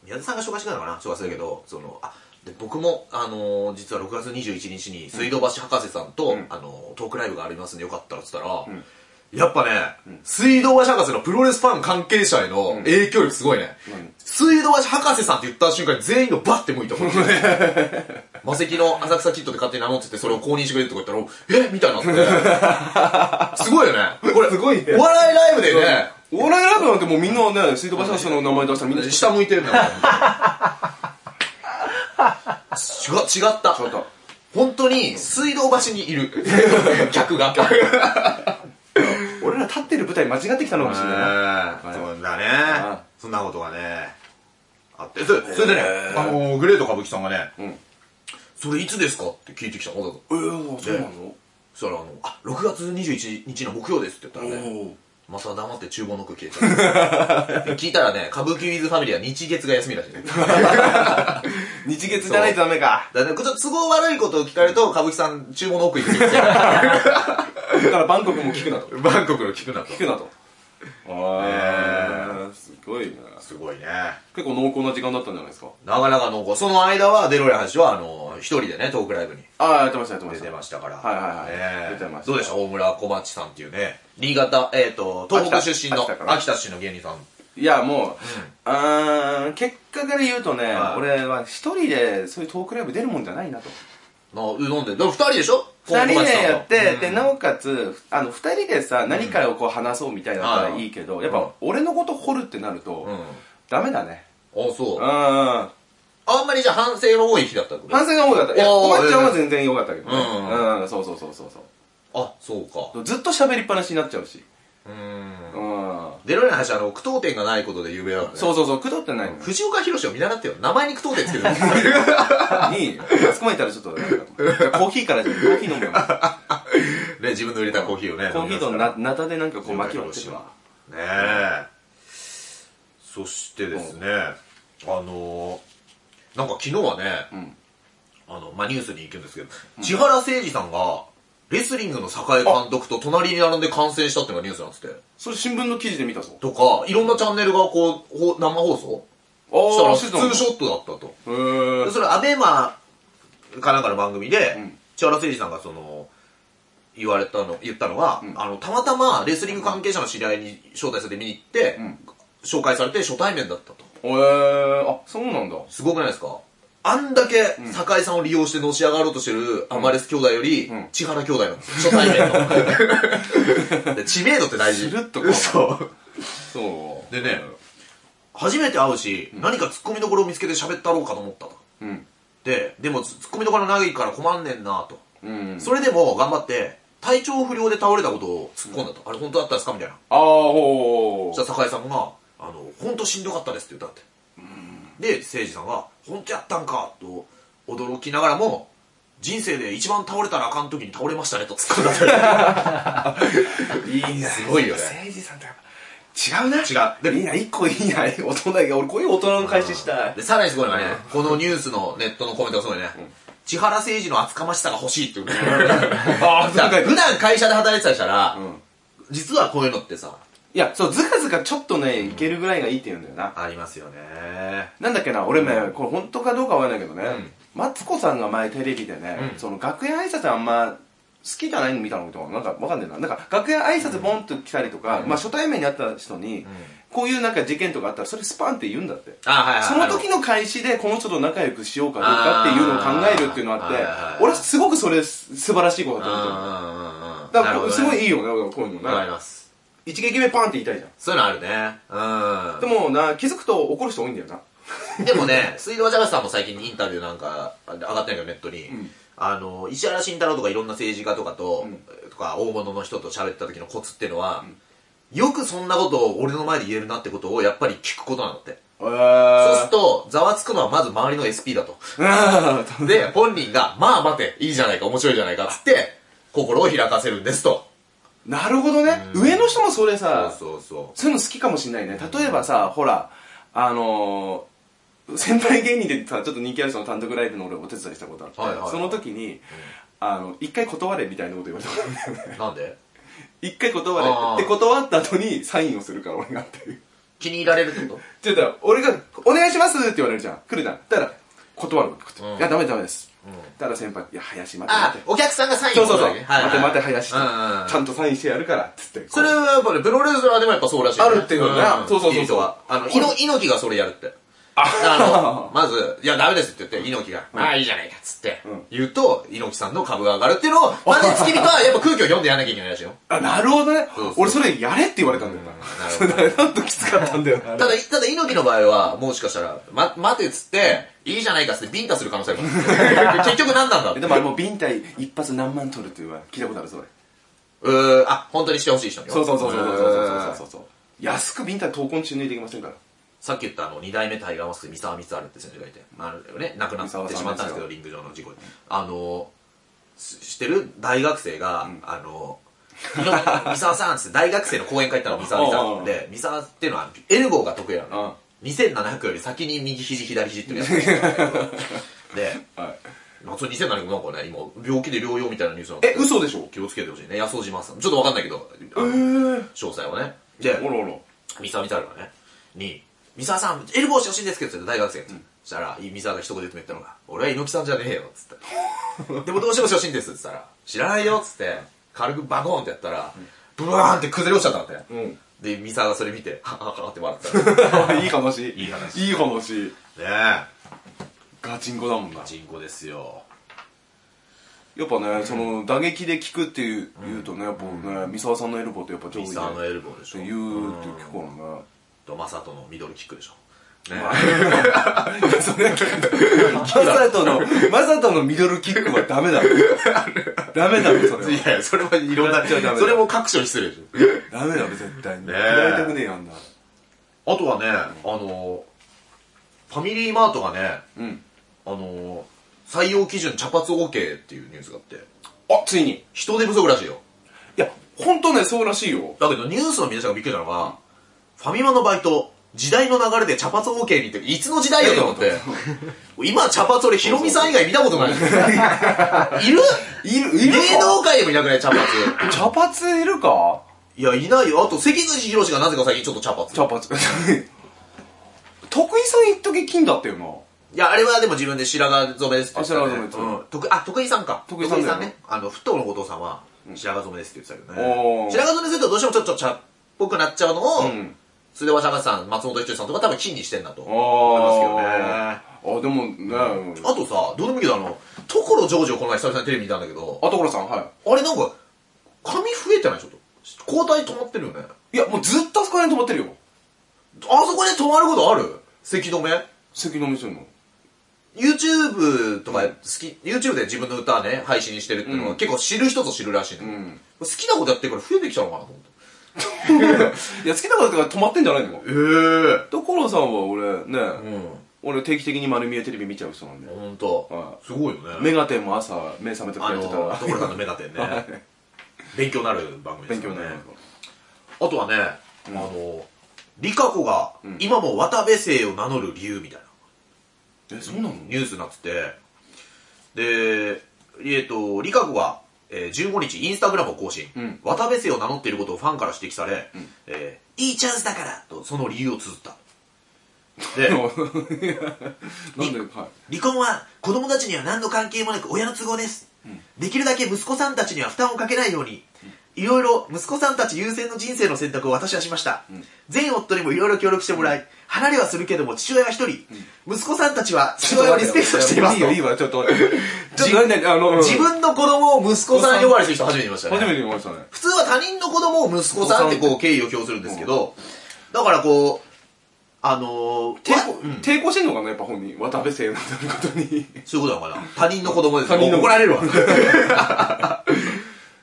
S1: 宮田さんが紹介してたのかな紹介するけど、その、あ、で、僕も、あのー実は6月21日に水道橋博士さんと、
S2: ん
S1: あのートークライブがありますんでよかったらって言ったら、
S2: ん
S1: やっぱね、水道橋博士のプロレスファン関係者への影響力すごいね。
S2: ん
S1: 水道橋博士さんって言った瞬間に全員がバッて向いた もん。マセキの浅草キッドで勝手に名乗ってて、それを公認してくれるとか言ったら、えみたいにな って。すごいよね。これ、
S2: すごいね
S1: お笑いライブでね、
S2: お笑いライブなんてもうみんなね、水道橋さんの名前出したらみんな
S1: 下向いてるんだよ。違違った。
S2: 違った
S1: 本当に水道橋にいる。 客が。
S2: 俺ら立ってる舞台間違ってきたのかもしれないな。
S1: はいそうだね
S2: い。
S1: そんなことがね、あって。そそれでね、あのー、グレート歌舞伎さんがね、
S2: ん
S1: それいつですかって聞いてきたの。
S2: えー、そうなの
S1: そしたらあの、あ、6月21日の木曜ですって言ったらね、
S2: お
S1: また黙って厨房の奥消え た。で聞いたらね、歌舞伎ウィズファミリーは日月が休みらしいね。
S2: 日月じゃないとダメか。
S1: だから、ちょっと都合悪いことを聞かれると、歌舞伎さん、注文の奥行くんですよ。
S2: だから バンコクも聞くなと。
S1: バンコクの聞くなと
S2: 聞くなと。あー、すごいね。
S1: すごいね。
S2: 結構濃厚な時間だったんじゃないですか
S1: なかなか濃厚。その間は、デロリアン氏は、あの、一人でね、トークライブに
S2: ああ、やってました、やってま
S1: 出
S2: した。
S1: てましたから。
S2: はいはいはい
S1: ねえ
S2: 出てました
S1: どうでした大村小町さんっていうね、新潟、えっ、と、東北出身の
S2: 秋田か、な
S1: 秋田出身の芸人さん。
S2: いや、もう、うーん、結果から言うとね
S1: は、い
S2: 俺は一人でそういうトークライブ出るもんじゃないなと。
S1: の、うどんで、でも二人でしょ
S2: 二人でや
S1: 小
S2: っ、て、
S1: 町さ
S2: で、
S1: んと
S2: なおかつ、あの、二人でさ、何かをこう話そうみたいなのだったらいいけど、やっぱ、俺のこと掘るってなると、
S1: うん。
S2: ダメだね。
S1: うんあ、
S2: うん。
S1: そう。
S2: 反
S1: あんまりじゃあ反省の多い日だったってこと
S2: 省が多かった。いや、
S1: お
S2: お
S1: ー
S2: ばちゃんは全然良かったけどね。
S1: うんう
S2: うん、そうそうそうそうそ
S1: あ、そうか。
S2: う。ずっと喋りっぱなしになっちゃうし。
S1: うん。
S2: うん。
S1: デロリアン氏は、あの、苦闘点がないことで有名だからね。
S2: そうそうそう、工藤ってないの
S1: 藤岡弘を見習ってよ。名前に苦闘点つけてる。
S2: に、あそこまでいたらちょっと、コーヒーからじゃないコーヒー飲むよ。
S1: ね、自分の入れたコーヒーをね。
S2: コーヒーと
S1: 飲みます
S2: な、ナタでなんかこう
S1: から
S2: 巻き
S1: 藤
S2: 割
S1: 岡
S2: って
S1: 弘
S2: るわ
S1: は。ねえ。そしてですね、あのー、なんか昨日はね、
S2: ん
S1: あの、まあ、ニュースに行くんですけど、千原誠二さんが、レスリングの栄監督と隣に並んで観戦したっていうのがニュースなんですって。
S2: それ新聞の記事で見たぞ。
S1: とか、いろんなチャンネルがこう、ほ生放送
S2: あー
S1: し
S2: 知
S1: た
S2: って
S1: ら
S2: た
S1: ツ
S2: の
S1: ーショットだったと。
S2: へー
S1: でそれアベマかなんかの番組で、
S2: ん
S1: 千原誠二さんがその言われたの言ったのは、あのたまたまレスリング関係者の知り合いに招待されて見に行って、紹介されて初対面だったと
S2: へーあ、そうなんだ。
S1: すごくないですかあんだけ酒井さんを利用してのし上がろうとしてるアマレス兄弟より、
S2: ん
S1: 千原兄弟なんですよ初対面 ので知名度って大事
S2: スルッとこう
S1: そう
S2: そう。
S1: でね、初めて会うし、何か突っ込みどころを見つけて喋ったろうかと思ったと
S2: うん。
S1: ででも突っ込みどころないから困んねんなと
S2: うん。
S1: それでも頑張って、体調不良で倒れたことを突っ込んだと。あれ本当だったんですかみたいな。
S2: あー、ほ
S1: そし
S2: ー
S1: たら酒井さんが、あの、本当しんどかったですって言ったって。で、誠司さんが、本当やったんかと驚きながらも、人生で一番倒れたらあかん時に倒れましたねと突っ込んだって。
S2: いいな。
S1: すごいよね
S2: 誠治さんとやっぱ、違うな。
S1: 違うで
S2: いいな、一個いいな。大人が、俺こういう大人の開始した い。
S1: で、さらにすごいのがね、このニュースのネットのコメントがすごいね。千原誠司の厚かましさが欲しいって いうね。
S2: あー、
S1: だか
S2: なんから
S1: 普段会社で働いてたりしたら、
S2: ん
S1: 実はこういうのってさ、
S2: いや、そう、ずかずかちょっとね、いけるぐらいがいいって言うんだよな。
S1: ありますよね。
S2: なんだっけな、俺ね、これ本当かどうかわかんないけどね、マツコさんが前テレビでね、その学園挨拶あんまきじゃないのみたいなことはなんかわかんねえななんか楽屋挨拶ボンと来たりとか、まあ初対面に会った人に、こういうなんか事件とかあったらそれスパンって言うんだって
S1: あはいはい
S2: その時の開始でこの人と仲良くしようかどうかっていうのを考えるっていうのが
S1: あーはい
S2: あ
S1: は
S2: っ
S1: い
S2: て俺はすごくそれす素晴らしいことだと思ってる
S1: あ
S2: だからこうすごいい
S1: い
S2: いよねだからこういうの
S1: わかり
S2: ね
S1: ます
S2: 一撃目パンって言いたいじゃん
S1: そういうのあるねうん
S2: でもな気づくと怒る人多いんだよな
S1: でもね、水道ジャガスさんも最近インタビューなんか上がってないけど、ネットに。
S2: ん
S1: あの、石原慎太郎とかいろんな政治家とかと、とか大物の人と喋った時のコツっていうのは、よくそんなことを俺の前で言えるなってことをやっぱり聞くことなんだって。そうすると、ざわつくのはまず周りの SP だと。
S2: あー
S1: で、本人が、まあ待て、いいじゃないか、面白いじゃないか、つって、心を開かせるんですと。
S2: なるほどね上の人もそれさ
S1: そうそ
S2: そういうの好きかもしんないね。例えばさ、ほら、あのー、先輩芸人でさ、ちょっと人気ある人の単独ライブの俺お手伝いしたことあって、
S1: はいはいはい
S2: その時に、あの、一回断れみたいなこと言われたことあるんだよね。
S1: う。なんで
S2: 一回
S1: あ
S2: 断
S1: ー
S2: れ。で、断った後にサインをするから俺がっていう。
S1: 気に入られるってこと
S2: ちょっと、俺が、お願いしますって言われるじゃん。来るじゃん。だから、断るの。
S1: うん
S2: いや、ダメダメです。
S1: ん
S2: だから先輩、いや、林待って
S1: あ
S2: 待って。、
S1: お客さんがサイン
S2: そうそうそう。
S1: をするわけね
S2: 待て待て、林って。
S1: うんうんうん
S2: ちゃんとサインしてやるから、つって。
S1: それはやっぱね、プロレスラーでもやっぱそうらしい、
S2: あるっていうよねそうそうそうそう
S1: い人は。あの、いの猪木がそれやるって。あの、まず、いや、ダメですって言って、猪木が、まあいいじゃないかっつって、
S2: ん
S1: 言うと、猪木さんの株が上がるっていうのを、まず付き人はやっぱ空気を読んでやらなきゃいけないらしいよ。
S2: あ、なるほどね
S1: そうそう。
S2: 俺それやれって言われたんだよ
S1: な
S2: な。
S1: る
S2: そ
S1: ほ
S2: れ
S1: ど
S2: だねなんときつかったんだよな。
S1: ただ、ただ猪木の場合は、もしかしたら、ま、待てっつって、いいじゃないかっつってビンタする可能性もある。結局何なんだって。
S2: でもあれもう、ビンタ一発何万取るっていうのは聞いたことある、それ。
S1: うーん、あ、本当にしてほしい人には
S2: そうそうそうそうそうそうそううんそう。安くビンタ闘魂注入できませんから。
S1: さっき言ったあの、二代目タイガーマスク、三沢光晴って選手がいて、まあね、亡くなってしまったんですけど、リング上の事故で。あの、す知ってる大学生が、あの、いろ三沢さんっつって大学生の講演会行ったの三沢
S2: うんうん
S1: さ
S2: うんん
S1: で、三沢っていうのはエルボーが得意なの。2700より先に右肘、左肘っていうやつなんで すよで、
S2: はい。
S1: まあそれ2700なんかね、今、病気で療養みたいなニュースなん
S2: え、
S1: で
S2: 嘘でしょ
S1: 気をつけてほしいね。安尾島さん。ちょっとわかんないけど、あの
S2: ー。
S1: 詳細はね。で、
S2: おろおろ。
S1: 三沢見たるがね、に、三沢さん、エルボーしてほしいんですけどって言って大学生が言って、そしたら、三沢が一言で言ったのが、俺は猪木さんじゃねえよ、つって。で もどうしてもしてほしいんですって言ったら、知らないよ、つって、軽くバコーンってやったら、ブワーンって崩れ落ちちゃったんだって。
S2: うん
S1: で、三沢がそれ見て、はははって笑ってた の。ね
S2: いい話。
S1: いい話。
S2: いい話。
S1: え。
S2: ガチンコだもんな。
S1: 人口ですよ。
S2: やっぱね、その、打撃で聞くっていう、言うとね、やっぱね、三沢さんのエルボーってやっぱ上位
S1: 三
S2: で。
S1: 沢の
S2: っ
S1: エルボーでしてょ。
S2: 言うって聞こうな。
S1: と、マサトのミドルキックでしょ。ね
S2: それは聞くマサトの、マサトのミドルキックはダメだろ。ダメだろ、それ
S1: い
S2: は。
S1: やいや、それはいろんな、
S2: それはダメだ
S1: それも各所に失礼でしょ。
S2: ダメだろ、絶対に。
S1: ねえ
S2: 食らいたくねえよ、あんな。
S1: あとはね、あのファミリーマートがね、
S2: うん。
S1: あの採用基準茶髪 OK っていうニュースがあって、
S2: あ、ついに。い
S1: 人手不足らしいよ。
S2: や、ほんとね、そうらしいよ。
S1: だけどニュースの皆さんがびっくりなのが、ファミマのバイト、時代の流れで茶髪 OK にって、いつの時代よと思 って。今茶髪俺、ヒロミさん以外見た ことない。いる
S2: いる、いる
S1: 芸能界でもいなくない茶髪。
S2: か茶髪いるか
S1: いや、いないよ。あと、関口博がなぜか最近ちょっと茶髪。
S2: 茶髪。 徳井さん一時金だったよな。
S1: いや、あれはでも自分で白髪染めですって言ってた、ね。
S2: あ白髪染め
S1: うん。徳あ、徳井さんか。
S2: 徳井さんだよ
S1: ね。あの、ふ頭の後藤さんは、白髪染めですって言ってたけど
S2: お
S1: ね。
S2: ー
S1: 白髪染めするとどうしてもちょっと茶っぽくなっちゃうのを、
S2: ん
S1: それでは坂さん、松本一人さんとか多分金にしてんだと
S2: あ
S1: 思いますけどね。あ
S2: あ、でもね、あ、
S1: とさ、どうでもいいけど、あの、所ジョージをこの前久々にテレビ見たんだけど、
S2: 所さん、は
S1: あれなんか、髪増えてないちょっと。交代止まってるよね。
S2: い。いや、もうずっとあそこら辺止まってるよ。
S1: あそこで止まることある咳止め
S2: 席飲み するの。
S1: YouTube とか好き、YouTube で自分の歌ね、配信してるっていうの
S2: う
S1: は
S2: ん
S1: 結構知る人ぞ知るらしいの、
S2: ん
S1: 好きなことやってるから増えてきたのかなと思って。
S2: いや、好きなことが止まってんじゃないの
S1: ええ
S2: 所さんは俺、ね、
S1: うん。
S2: 俺定期的に丸見えテレビ見ちゃう人なんで。
S1: ほんと
S2: は。
S1: すごいよね。
S2: メガテンも朝目覚めて
S1: あ
S2: やっ
S1: の、
S2: てたら。
S1: 所さんの目立てね。勉強になる番組で
S2: 勉
S1: す
S2: 強
S1: よ
S2: に
S1: ね
S2: な。る。
S1: あとはね、あの、リカ子が今も渡部姓を名乗る理由みたいな
S2: え、そうなの
S1: ニュースになってて、で、えっと、リカ子が、えー15日インスタグラムを更新、
S2: ん
S1: 渡部姓を名乗っていることをファンから指摘され、えーいいチャンスだからとその理由を綴った。で、
S2: なんで、はい。
S1: 離婚は子供たちには何の関係もなく親の都合です。できるだけ息子さんたちには負担をかけないように、いろいろ息子さんたち優先の人生の選択を私はしました。全夫にもいろいろ協力してもらい、離れはするけども父親は一人、息子さんたちは父親をリスペクトしています
S2: いい
S1: と
S2: よ、いいわ、ちょっと。ちょっ
S1: じ
S2: と、何々あの、
S1: 自分の子供を息子さん呼ばわりする人初めて見ましたね。
S2: 初めて見ましたね。
S1: 普通は他人の子供を息子さんってこう敬意を表するんですけど、だからこう、あのー、
S2: 抵
S1: わ
S2: 抗、抵抗してんのかな、やっぱ本人。渡辺姓になること に。
S1: そういうことなのかな他人の子供です
S2: 他人の
S1: 怒られるわ。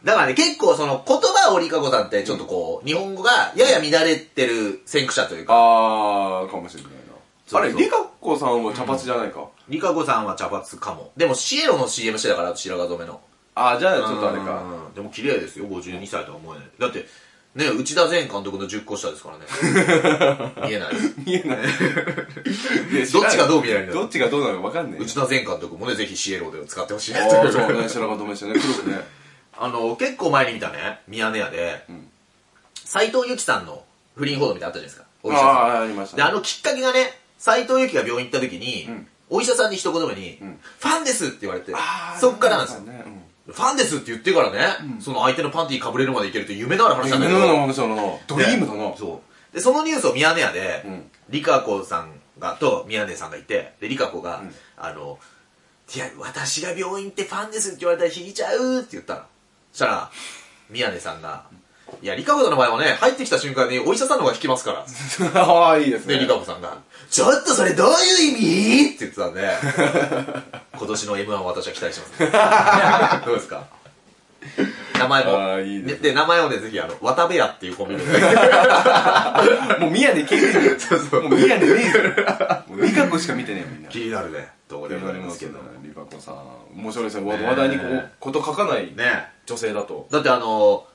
S1: だからね、結構その言葉をりかこさんってちょっとこう、日本語がやや乱れてる先駆者というか、
S2: あー、かもしれないな。
S1: そう
S2: あ
S1: そう
S2: れ、リカコさんは茶髪じゃないか。
S1: りかこさんは茶髪かも。でもシエロの CM してたから、白髪染めの。
S2: あー、じゃあ、ちょっとあれか。
S1: うん。でも綺麗ですよ、52歳とは思えない。だって、ね、内田前監督の10個下ですからね。 見えない。
S2: 見えない。 いや
S1: どっちがどう見えないんだろう
S2: どっちがどうなのかわかんない。
S1: 内田前監督もね、ぜひシエローで使ってほしい
S2: あ
S1: なと
S2: ー、そうね、白髪止めしてね、黒くね。
S1: あの、結構前に見たね、ミヤネ屋で、斎、藤由貴さんの不倫報道みたいなのあったじゃないですか。お医者さ
S2: あー、ありまし
S1: ん。で、
S2: た
S1: あ
S2: ね。
S1: のきっかけがね、斎藤由貴が病院行った時に、お医者さんに一言目に、ファンですって言われて、そっからなんですよ。
S2: ね。うん
S1: ファンですって言ってからね、その相手のパンティーかぶれるまでいけるって夢のある話なんだけ
S2: 夢の
S1: ど、
S2: ような話だな。ドリームだな。
S1: そう。で、そのニュースをミヤネ屋で、
S2: ん
S1: リカコさんが、とミヤネさんがいて、で、リカコが、あの、いや、私が病院ってファンですって言われたら引いちゃうって言ったら、そしたら、ミヤネさんが、いや、リカコさんの場合はね、入ってきた瞬間にお医者さんの方が引きますから。
S2: あー、いいです
S1: で、リ
S2: ね
S1: カ。コさんが、ちょっとそれどういう意味って言ってたんで、 今年の M1 を私は期待して ます。どうですか名前
S2: あ
S1: も。
S2: ーいいですね
S1: で、名前をね、ぜひ、あの、渡部屋っていうコンビ名で。
S2: もう宮根刑事。
S1: そうそう
S2: もう宮根ねえぞ。もうリカコしか見てねえよ、みんな。
S1: 気になるね。どうでもなりますけど。ね
S2: リカコさん面白いですね
S1: ねえ
S2: 話題にこうこと書かない
S1: え
S2: 女性だと
S1: だってあの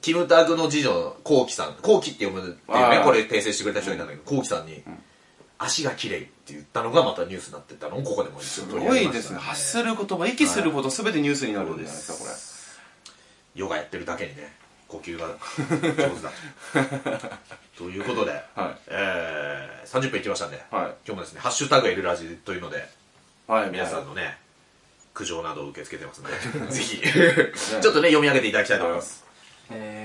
S1: キムタクの次女、コウキさん、コウキって読むっていう
S2: あ
S1: ね、
S2: あ
S1: これ訂正してくれた人いたんだけど、コウキさんに、足が綺麗って言ったのがまたニュースになってたのをここでもす
S2: すごいですね発する言葉息するほど全てニュースになるんじゃないですかこれ
S1: ヨガやってるだけにね、呼吸が上手だ。 ということで、
S2: はい
S1: えー、30分いきましたんで、
S2: はい
S1: 今日もですね、ハッシュタグエルラジというので、
S2: はい
S1: 皆さん
S2: の
S1: のね、苦情などを受け付けてますの で、ぜひ、ちょっとね、読み上げていただきたいと思います。
S4: えー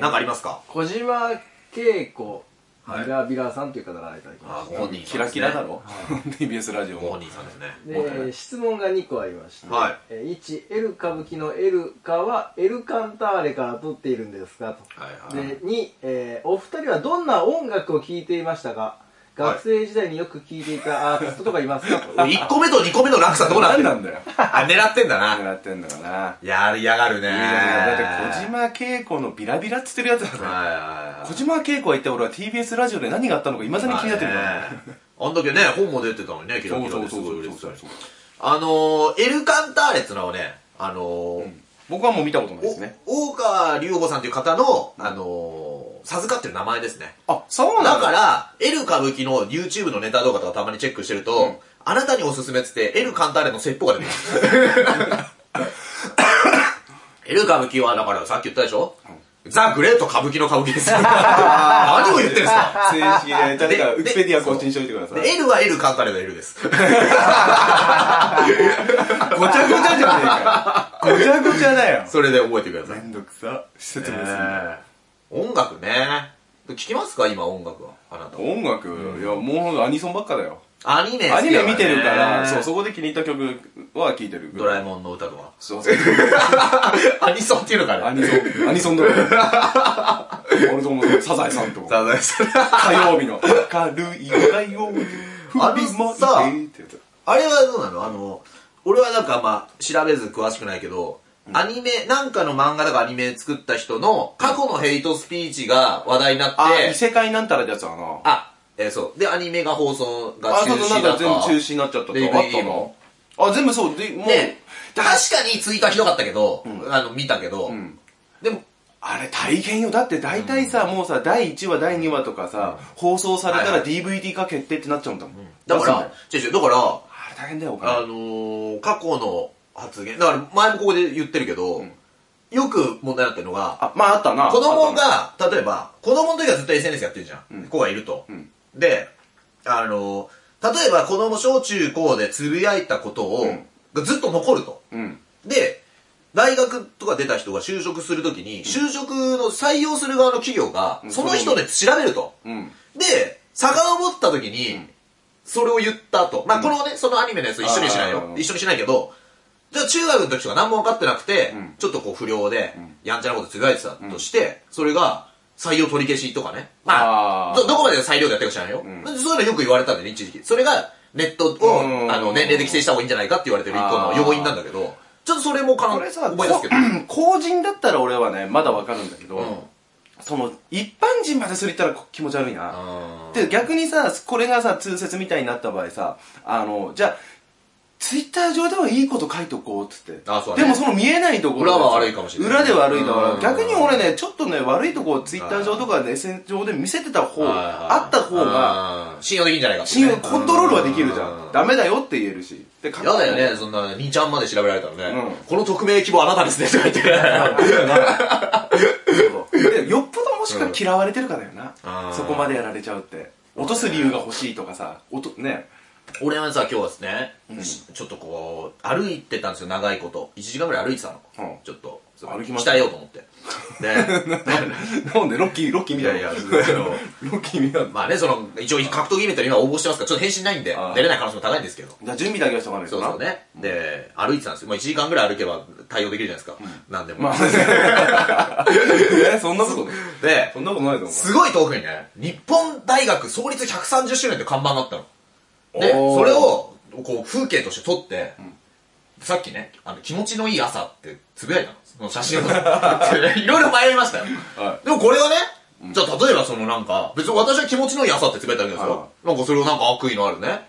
S1: なんかありますか
S4: 小島恵子
S1: はい
S4: ビラビラさんという方からいただきま
S1: あ
S4: し
S1: ご本人
S2: キラキラだろ TBS ラジオ
S1: ご
S2: も
S1: 本人さんですね。
S4: た、で質問が2個ありまして、
S1: はい
S4: えー1「エル歌舞伎のエルカはエルカンターレから取っているんですか?」と
S1: はいはい。
S4: で2、えーお二人はどんな音楽を聴いていましたか
S1: はい
S4: 学生時代によく聴いていたアーティストとかいますか と
S1: 1個目と2個目の落差どうなって
S2: 何
S1: ん
S2: な
S1: の
S2: んだよ
S1: あ、狙ってんだな。
S2: 狙ってんだよな
S1: やりやがるね。
S2: いやいやだって小島恵子のビラビラっつってるやつだから
S1: はいはいはい。
S2: 小島恵子は一体俺は TBS ラジオで何があったのかいまだに気になってるから
S1: まあねあんだけね、本も出てたのにね、キラキラですごい売れてた
S2: そうそうそう
S1: り
S2: そう。
S1: あのー、エルカンターレってのはね、あのー、
S2: 僕はもう見たことないですね
S1: お大川隆法さんという方の、あのー、授かってる名前ですね。
S2: あそうな
S1: だ
S2: ん
S1: か
S2: だ
S1: ら、エル歌舞伎の YouTube のネタ動画とかたまにチェックしてると、あなたにおすすめっつって、エルカンターレの説法が出てくる。 エル歌舞伎は、だからさっき言ったでしょ、ザ・グレート歌舞伎の歌舞伎 です。何を言ってるんですか
S2: 正式で誰
S1: で
S2: かウィキペディア
S1: で
S2: 更新しといてください
S1: で、L は L カンターレの L です。
S2: ごちゃごちゃじゃねえかよ。ごちゃごちゃだよ。
S1: それで覚えてください。
S2: んどくさ。施設
S1: ねえ音楽ね。聞きますか今音楽は。あなた。
S2: 音楽、いや、もうアニソンばっかだよ。
S1: アニメ好きだ
S2: ア
S1: らね
S2: ニメ見てるから、そう、そこで気に入った曲は聴いてる。。
S1: ドラえもんの歌とか
S2: そうそう。
S1: アニソンっていうのか
S2: ア
S1: ね。
S2: ニソン、アニソンドラ えもん。俺ともそうサザエさんとか。
S1: ザザエさん
S2: 火曜日の。明るい火曜日。
S1: あのさ
S2: 振りまいてってやつ
S1: あれはどうなのあの、俺はなんかまあ、調べず詳しくないけど、アニメ、なんかの漫画だかアニメ作った人の過去のヘイトスピーチが話題になって、
S2: あ、異世界なんたらってやつだな。
S1: あえーそう。で、アニメが放送が
S2: あ、
S1: 中
S2: そうそ
S1: 止
S2: う、なん
S1: だ
S2: か
S1: った
S2: 全部中止になっちゃったと。
S1: DVD
S2: あったのあ、全部そう、で、もう、
S1: で、確かにツイートはひどかったけど、あの、見たけど、
S2: ん
S1: でも、
S2: あれ大変よ。だって大体さ、もうさ、第1話、第2話とかさ、放送された
S1: はい
S2: ら DVD 化決定ってなっちゃうんだもん。
S1: だか
S2: そうだ
S1: ら
S2: よ、
S1: 違う違う、だから、
S2: あれ大変だよ、お
S1: あ
S2: 金。
S1: のー、過去の発言、だから前もここで言ってるけど、よく問題になってるのが、
S2: あ、まああったな。
S1: 子供
S2: あっ
S1: が、例えば、子供の時はずっと SNS やってるじゃん。子がいると。
S2: ん
S1: で、あの、例えば子供小中高でつぶやいたことを、
S2: ん
S1: がずっと残ると。
S2: たな。うん。
S1: で、大学とか出た人が就職するときに、就職の採用する側の企業が、その人で調べると。
S2: うん。
S1: で、遡った時に、それを言ったと。まあ、このね、そのアニメのやつ一緒にしない
S2: あ
S1: よ
S2: ー。
S1: 一緒にしないけど、じゃあ中学の時とか何も分かってなくて
S2: ん、
S1: ちょっとこう不良で、やんちゃなことつぶやいてたとして、それが、採用取り消しとかね。まあ、
S2: あー
S1: ど、どこまで裁量でやってるか知らないよ。そういうのよく言われたんだよね、一時期。それが、ネットを
S2: う、ん
S1: あの、年齢で規制した方がいいんじゃないかって言われてる一個の要因なんだけど、ちょっとそれもかん
S2: これさ、
S1: 思い出すけど。
S2: 公人だったら俺はね、まだわかるんだけど、
S1: うん
S2: その、一般人までそれ言ったら気持ち悪いな。
S1: あー
S2: で、逆にさ、これがさ、通説みたいになった場合さ、あの、じゃあ、ツイッター上ではいいこと書いとこうっつって。
S1: あそうだね
S2: でもその見えないところ。
S1: 裏は悪いかもしれない
S2: 裏で悪いだか
S1: うん
S2: ら、逆に俺ね、ちょっとね、悪いとこをツイッター上とかね SNS 上で見せてた方、あった方が、、
S1: うん信用できんじゃないかってね
S2: 信用、コントロールはできるじ
S1: う
S2: ゃん。ダメだよって言えるし。で、
S1: やだよね、そんな、2ちゃんまで調べられたらね、
S2: うん
S1: この匿名希望あなたですね、とか言って。
S2: でよっぽどもしか嫌われてるかだよな、
S1: うん
S2: そこまでやられちゃうって落とす理由が欲しいとかさ落とね
S1: 俺はさ、今日はですね、しちょっとこう、歩いてたんですよ、長いこと。1時間ぐらい歩いてたの。
S2: うん
S1: ちょっと、
S2: 歩きました
S1: 鍛えようと思って。 で、
S2: なんでロッキーロッキーみたいな ロッキーみたいな
S1: まあね、その、一応格闘技イベントに今応募してますから、ちょっと返信ないんで
S2: あ、ー
S1: 出れない可能性も高いんですけど。
S2: じゃあ準備だけはしとかないと
S1: そう
S2: な
S1: そうね。で、歩いてたんですよ。まあ1時間ぐらい歩けば対応できるじゃないですか。なんでも。
S2: まあ えそんなことね
S1: で
S2: そ、んなことないぞ
S1: すごい遠くにね、日本大学創立130周年って看板があったの。で、
S2: おー
S1: それを、こう、風景として撮って、さっきね、あの、気持ちのいい朝ってつぶやいたの。その写真を。 いろいろ迷いましたよ。
S2: は
S1: でもこれはね、じゃあ例えばそのなんか、別に私は気持ちのいい朝ってつぶやいたわけですよ
S2: は。
S1: なんかそれをなんか悪意のあるね。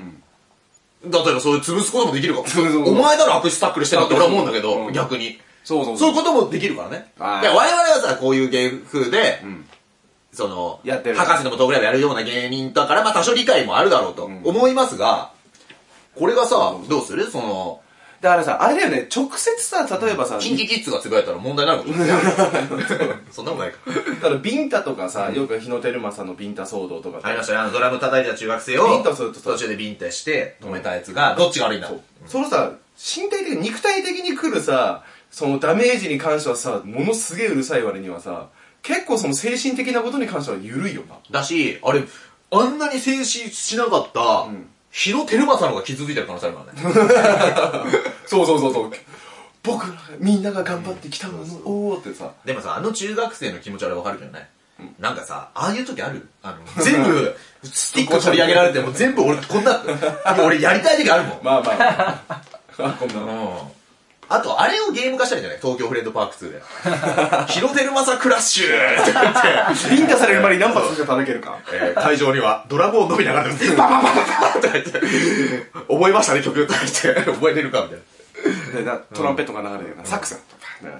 S1: 例えばそれ 潰すこともできるか
S2: そうそうそう
S1: お前だろ悪質タックルしてたって俺は思うんだけ
S2: う
S1: ど、
S2: ん
S1: 逆に。
S2: そうそう
S1: そうい
S2: そ
S1: ううこともできるからね。で
S2: はい
S1: 我々はさ、こういう芸風で、
S2: ん
S1: その、
S2: やってる
S1: 博士のもとぐらいやるような芸人だから、まあ多少理解もあるだろうと
S2: ん
S1: 思いますが、これがさ、どうするその、
S2: だからさあれだよね直接さ例えばさ
S1: キンキキッズがつぶやいたら問題になること そんなことないか。
S2: だからビンタとかさよく日野テルマさんのビンタ騒動とか
S1: ありましたね、あのドラム叩いた中学生を、
S2: ビンタするとさ
S1: 途中でビンタして止めたやつが、どっちが悪いんだ
S2: そうそのさ身体的肉体的に来るさそのダメージに関してはさものすげえうるさい割にはさ結構その精神的なことに関しては緩いよな
S1: だし、あれ、あんなに静止しなかった、日野照正の方が傷ついてる可能性あるからね。
S2: そうそうそうそう僕らみんなが頑張ってきたのに、おーってさ
S1: でもさ、あの中学生の気持ちはわかるけどね。なんかさ、ああいう時あるあの、全部、スティック取り上げられても全部俺、こんな、もう俺やりたい時あるもん。
S2: まあまああこんなの
S1: うん。あと、あれをゲーム化したらいいんじゃない東京フレンドパーク2で。ヒロテルマサクラッシュって言って、
S2: ビンタされる前に何発か叩けるか
S1: えー会場にはドラゴン伸びながら、バババババとか言って、覚えましたね、曲とか言って、覚えれるかみたいな。
S2: でなトランペットが流れるよな、サックスが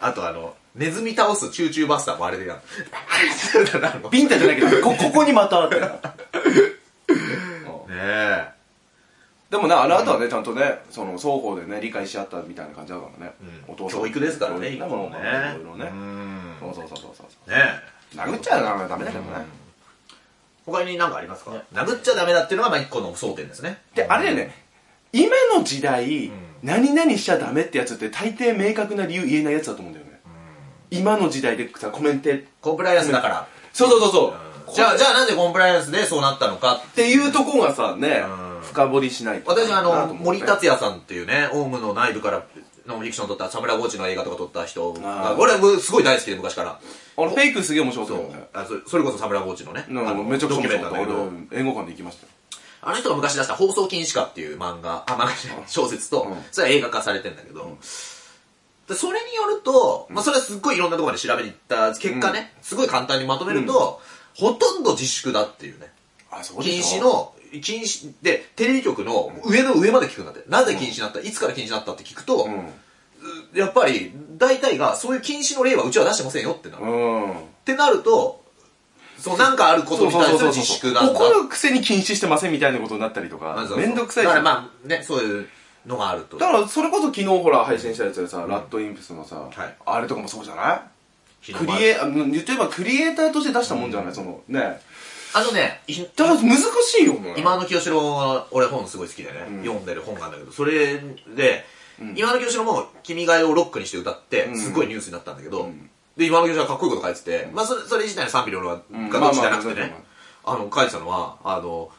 S1: あと、あの、ネズミ倒すチューチューバスターもあれでやる。あの
S2: ビンタじゃないけどこここにまたあってな
S1: ねえ。
S2: でもな、あの後はね、ちゃんとね、その、双方でね、理解し合ったみたいな感じだからね。お父さん。
S1: 教育ですからね、
S2: 教育
S1: 今
S2: だも
S1: の
S2: ん
S1: ね。
S2: ね。いろいろ
S1: う
S2: ね。
S1: ん
S2: そうそうそうそうそう。
S1: ねえ
S2: 殴っちゃダメだけどね。
S1: 他に何かありますか殴っちゃダメだっていうのがまあ一個の争点ですね。
S2: で、あれだよね、今の時代、何々しちゃダメってやつって大抵明確な理由言えないやつだと思うんだよね。今の時代でさ、コメント。
S1: コンプライアンスだから。
S2: そうそうそうそう。こ
S1: じゃあ、じゃあなんでコンプライアンスでそうなったのか。
S2: っていうとこがさ、ね
S1: うん、
S2: 深掘りしないとなと
S1: 私
S2: 思う
S1: あ
S2: ね。
S1: の、森達也さんっていうね、オウムの内部からノンフィクションを撮った、サムラゴーチの映画とか撮った人
S2: あ
S1: が、
S2: ー
S1: 俺はすごい大好きで昔から。
S2: あの、フェイクすげえ面白か
S1: そ
S2: ったよ
S1: う
S2: ね。
S1: あそそれこそサムラゴーチのね、あ
S2: なんか
S1: の
S2: めちゃくちゃ
S1: ドキ
S2: 面
S1: ュメ
S2: 白
S1: ン
S2: か
S1: トな
S2: った。
S1: んだ
S2: 俺
S1: けど、、
S2: 英語館で行きましたよ。
S1: あの人が昔出した放送禁止下っていう漫画、あ、漫画じゃない小説と
S2: うん、
S1: それは映画化されてんだけど、でそれによると、まあそれはすっごいいろんなところまで調べに行った結果ね、すごい簡単にまとめると、ほとんど自粛だっていうね。
S2: あ、そうで
S1: 禁
S2: し
S1: 止
S2: ょ
S1: の、禁止で、テレビ局の上の上まで聞くんだって。なぜ禁止になったいつから禁止になったって聞くと、やっぱり大体がそういう禁止の例はうちは出してませんよってなる。っ
S2: うん。うん。
S1: てなると、そうなんかあることに対する自粛なんだっていう
S2: 怒るくせに禁止してませんみたいなことになったりと
S1: ま
S2: か
S1: ずは
S2: めんどくさいし
S1: だか
S2: だ
S1: ら
S2: か
S1: まあね、そういうのがあると。
S2: らそれこそ昨日ほら配信したやつでさ、ラッドインプスのさ、
S1: はい
S2: あれとかもそうじゃないク
S1: ク
S2: リエあの言ってばクリエイターとして出したもんじゃない、そのね
S1: あのね、い
S2: だから難しいよもう
S1: 今の清志郎は俺本すごい好きでね、読んでる本があるんだけど、それで、今の教師のも「君が代」をロックにして歌ってすごいニュースになったんだけど、で今の教師はかっこいいこと書いてて、まあ、それそれ自体の賛否両論
S2: ん
S1: がどっちじゃなくて
S2: まあ
S1: ね
S2: まあ、
S1: あの書いてたのはあの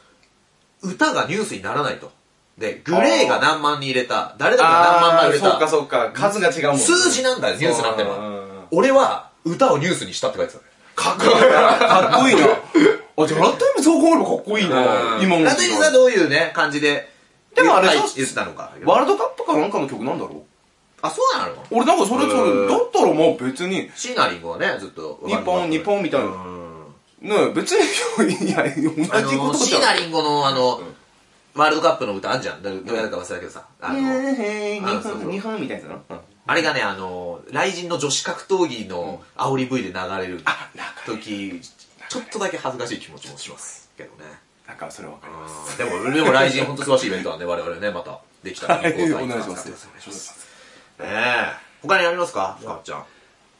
S1: 歌がニュースにならないとでグレーが何万人入れた誰々が何万枚
S5: あ
S1: 売
S5: ー
S1: れ
S5: そうか
S1: た
S5: そうか数が違うもんね
S1: 数字なんだよニュースなんての
S5: うんうんうん
S1: は俺は歌をニュースにしたって書いてたのよかっこいい
S2: かっこいいな。あ、じゃあ、ラッタイムそう考えればかっこいいな。今の
S1: ラトリーさんはどういうね感じで
S2: でもあれ
S1: 言っ
S2: さ
S1: た言ってたのか
S2: ワールドカップかなんかの曲なんだろ
S1: あそうなの
S2: う俺なんかそれそ
S1: へー
S2: れ、だったらもう別に、
S1: シーナリングはねずっと
S2: 日本、日本みたいな。
S1: うん
S2: ねえ別に、い や、
S1: あ
S2: 同じこ
S1: の、
S2: とじ
S1: シ
S2: ゃ
S1: ー
S2: ん。
S1: ナリンゴのあの、ワールドカップの歌あんじゃん。どれだか忘れたけどさ。あの、
S2: へ
S1: あそうそう
S2: 本みたいなの
S1: あれがね、あの、雷神の女子格闘技の煽り V で流れる時、ちょっとだけ恥ずかしい気持ちもしますけどね。
S2: なんか、それわかります。
S1: でも、でも雷神本当素晴らしいイベントなんで、我々ね、またできたら
S2: はい
S1: ね、ご参
S2: お
S1: 加
S2: 願いし
S1: く
S2: ま
S1: ださいね
S2: す。お願いします
S1: え。他にありますかスカッちゃん。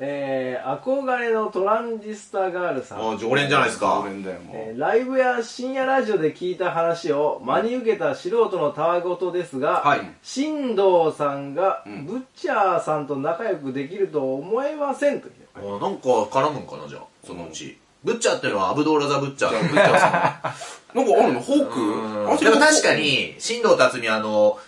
S4: えー、憧れのトランジスタガールさん
S1: あ、常連じゃないですか
S2: 常。連だよ、もう
S4: えーライブや深夜ラジオで聞いた話を真に受けた素人のたわごとですが、
S1: はい
S4: 新藤さんがブッチャーさんと仲良くできると思えませんという
S1: あなんか絡むんかな、じゃあ、そのうち。ブッチャーっていうのはアブドーラザ・ブッチャー。ブッチャーさん
S2: なんかあるのフォークあ
S1: でも確か。に、新藤辰巳あの、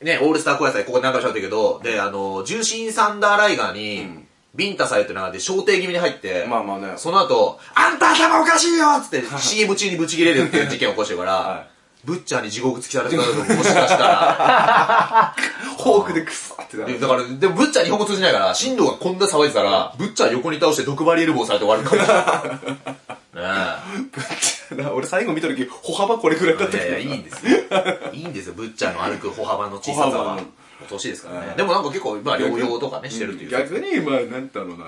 S1: ね、オールスター小野菜、ここで何回も喋ったけど、で、あの、重心サンダーライガーに、ビンタされてる中で、焦点気味に入って、
S2: まあまあね。
S1: その後、あんた頭おかしいよっつ って CM 中にブチ切れるっていう事件を起こしてから、
S2: は
S1: ブッチャーに地獄突きされてたともしかしたら、
S2: フォークでクサってな
S1: で
S2: る。
S1: だから、でもブッチャー日本語通じないから、新藤がこんな騒いでたら、ブッチャー横に倒して毒針エルボーされて終わるかもしれない。 ねえ
S2: 俺最後見た時、歩幅これぐらいだっ
S1: い
S2: た
S1: やいや、
S2: け
S1: い
S2: ど
S1: いん
S2: な。
S1: ですよ。いいんですよ、ブッチャーの歩く歩幅の小ささ
S2: 歩幅
S1: は
S2: の。
S1: お年ですからね。でもなんか結構、まあ、療養とかね、してるという。
S2: 逆に、まあ、なんだろうな。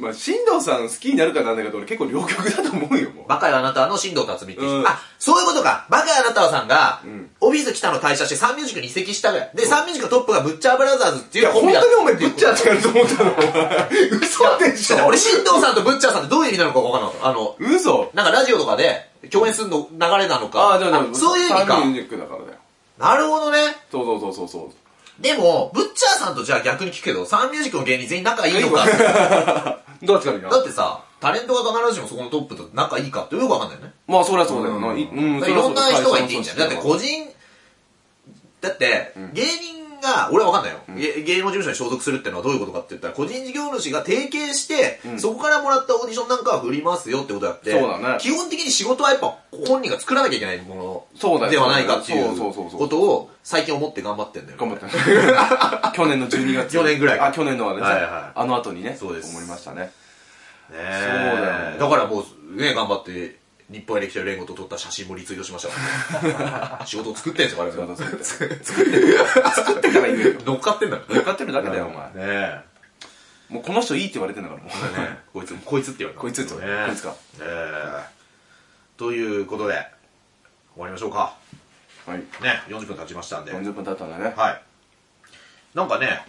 S2: まあ、新藤さん好きになるかなんだけど、俺結構両極だと思うよ、もう。
S1: バカよあなたの新藤辰巳っていう人、
S2: うん
S1: あ、そういうことか。バカよあなたはさんが、
S2: ん
S1: オフィス北の退社してサンミュージックに移籍したぐらい。で、サンミュージックのトップがブッチャーブラザーズって
S2: い
S1: いう
S2: や、
S1: コン
S2: 本
S1: ビだ
S2: 当にお前、
S1: って
S2: ぶ
S1: いう
S2: っちゃってやると思ったの。嘘でしょ
S1: 俺、新藤さんとブッチャーさんってどういう意味なのか分からなかった。あの、
S2: 嘘
S1: なんかラジオとかで共演するの流れなのか。
S2: あ、でもでも、
S1: そういう意味か
S2: サン。ミュージックだからだよ。
S1: なるほどね。
S2: そうそうそうそうそう。
S1: でも、ブッチャーさんとじゃあ逆に聞くけど、サンミュージックの芸人全員仲いいのか。
S2: どっちからいいな
S1: だってさ、タレントが必ずしもそこのトップと仲いいかってよくわかんないよね。
S2: まあ、そりゃそうだよな。いうん、
S1: だ
S2: そ
S1: からい
S2: りゃ
S1: ろん
S2: そうだ
S1: な
S2: よ
S1: 人がいていいんじゃん。だって個人、だって、芸人が、俺はわかんないよ、げ芸能事務所に所属するってのはどういうことかって言ったら、個人事業主が提携して、そこからもらったオーディションなんかは振りますよってことやって、
S2: そうだね
S1: 基本的に仕事はやっぱ本人が作らなきゃいけないも
S2: そうだ
S1: の
S2: よ
S1: ではないかっていう
S2: そうそうそうそう
S1: ことを最近思って頑張ってんだよ。
S2: 頑張って。去年の12月。
S1: 去年ぐらいか
S2: あ、去年のはね、
S1: はいはい
S2: あの後にね、
S1: そうです
S2: 思いましたね。
S1: ね
S2: そうだよ
S1: え
S2: ね
S1: だからもう、ね、頑張って、日本エレキテル連合と撮った写真もリツイートしま した。仕事作ってんすよ、我
S2: そう
S1: 々
S2: そう。そう作ってる。作ってから言えよ。
S1: 乗っかってんだろ。
S2: 向かってるだけだよ、お前。
S1: ね
S2: もうこの人いいって言われてんだから、もう。
S1: え。ねえこいつ、こいつって言われた。
S2: こいつって
S1: ね
S2: 言われたこいつか
S1: ねえ。ということで、終わりましょうか。
S2: はい。
S1: ね、40分経ちましたんで。
S2: 40分経ったんだね。
S1: はい。なんかね、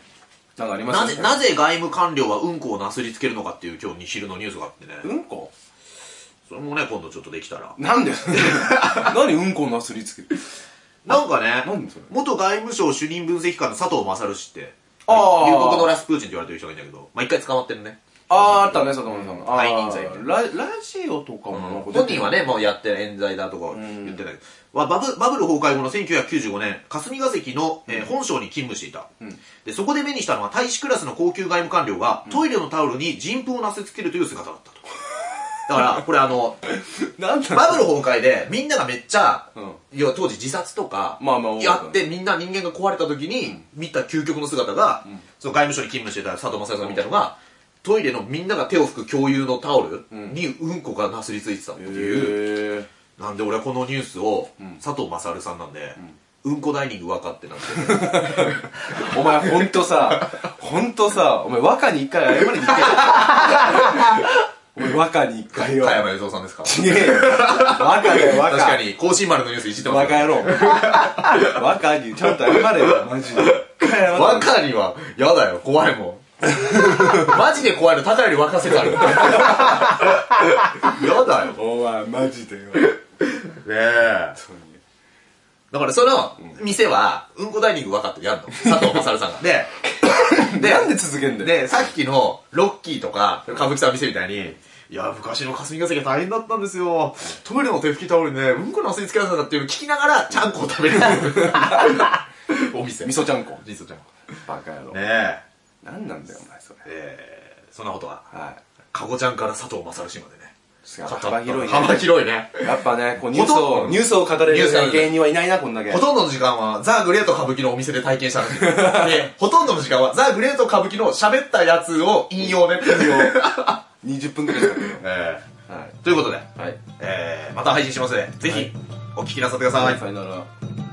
S2: なんかありまし
S1: な
S2: た
S1: ぜ、なぜ外務官僚はうんこをなすりつけるのかっていう今日に昼のニュースがあってね。
S2: うんこ
S1: それもね、今度ちょっとできたら。
S2: なんで 何うんこのなすりつける
S1: なんかね
S2: 何それ、
S1: 元外務省主任分析官の佐藤勝氏って、
S2: あー
S1: 入国のラスプーチンって言われてる人がいるんだけど、まあ一回捕まってるね。
S2: あー、あったね、佐藤さん。あー
S1: 背任罪
S2: ララジオとかもなんか出てる
S1: 本人はね、もうやって冤罪だとか言ってたけど、まあバブバブル崩壊後の1995年、霞が関の、えー本省に勤務していた、で。そこで目にしたのは大使クラスの高級外務官僚が、トイレのタオルに人糞をなせつけるという姿だったと。だから、これあの、
S2: なん だ
S1: バブル崩壊でみんながめっちゃ、
S2: うん
S1: 要は当時自殺とか
S2: まあまあ
S1: やってみんな人間が壊れた時に見た究極の姿が、その外務省に勤務してた佐藤正也さんが見たのが、トイレのみんなが手を拭く共有のタオルにうんこがなすりついてたっていう、
S2: へー
S1: なんで俺はこのニュースを佐藤正也さんなんで、うん、こダイニング若ってなってる
S2: お前ほんとさ、ほんとさ、お前若に一回謝りに行けよ。お前若に一回 よ。
S1: 加山雄三さんですか
S2: ちげえよ。若だよ、若。
S1: 確かに甲新丸のニュースいじってます
S2: 若
S1: よ
S2: 野郎。若にちゃんと謝れよ、マジで。若
S1: 若にはやだよ怖い もんマジで怖いの高より若せある やだよ
S2: お前、マジでよ。
S1: ねえ。だからその店は、うんこダイニング分かってやるの。佐藤勝さんが。 で、で、
S2: なんで続けんだよ。
S1: で、さっきのロッキーとか、歌舞伎さんの店みたいに、いや、昔の霞ヶ関大変だったんですよ。トイレの手拭きタオルにね、うんこの汗につけられたんだっていうのを聞きながら、ちゃんこを食べる。 お店。
S2: 味噌ちゃんこ。
S1: 味噌ちゃんこ。
S2: バカ野郎。
S1: ねえ。
S2: なんなんだよ、お前それ。
S1: えー、そんなことは。
S2: は
S1: かごちゃんから佐藤勝氏までね。
S2: い。幅広いね。
S1: 幅広いね。
S2: やっぱね、こうニュースを、ニュースを語れ
S1: ニュース
S2: る
S1: を語れる
S2: 芸人はいないな、こんだけ
S1: ほ。とんどの時間はザ・グレート歌舞伎のお店で体験したんですよ。 で、ほとんどの時間はザ・グレート歌舞伎の喋ったやつを引用ね。引用。
S2: 20分くらいだったけど。
S1: え
S2: はい。
S1: ー、ということで、
S2: はい。
S1: えー、また配信しますので、ぜひ、お聞きなさってください
S2: さよなら。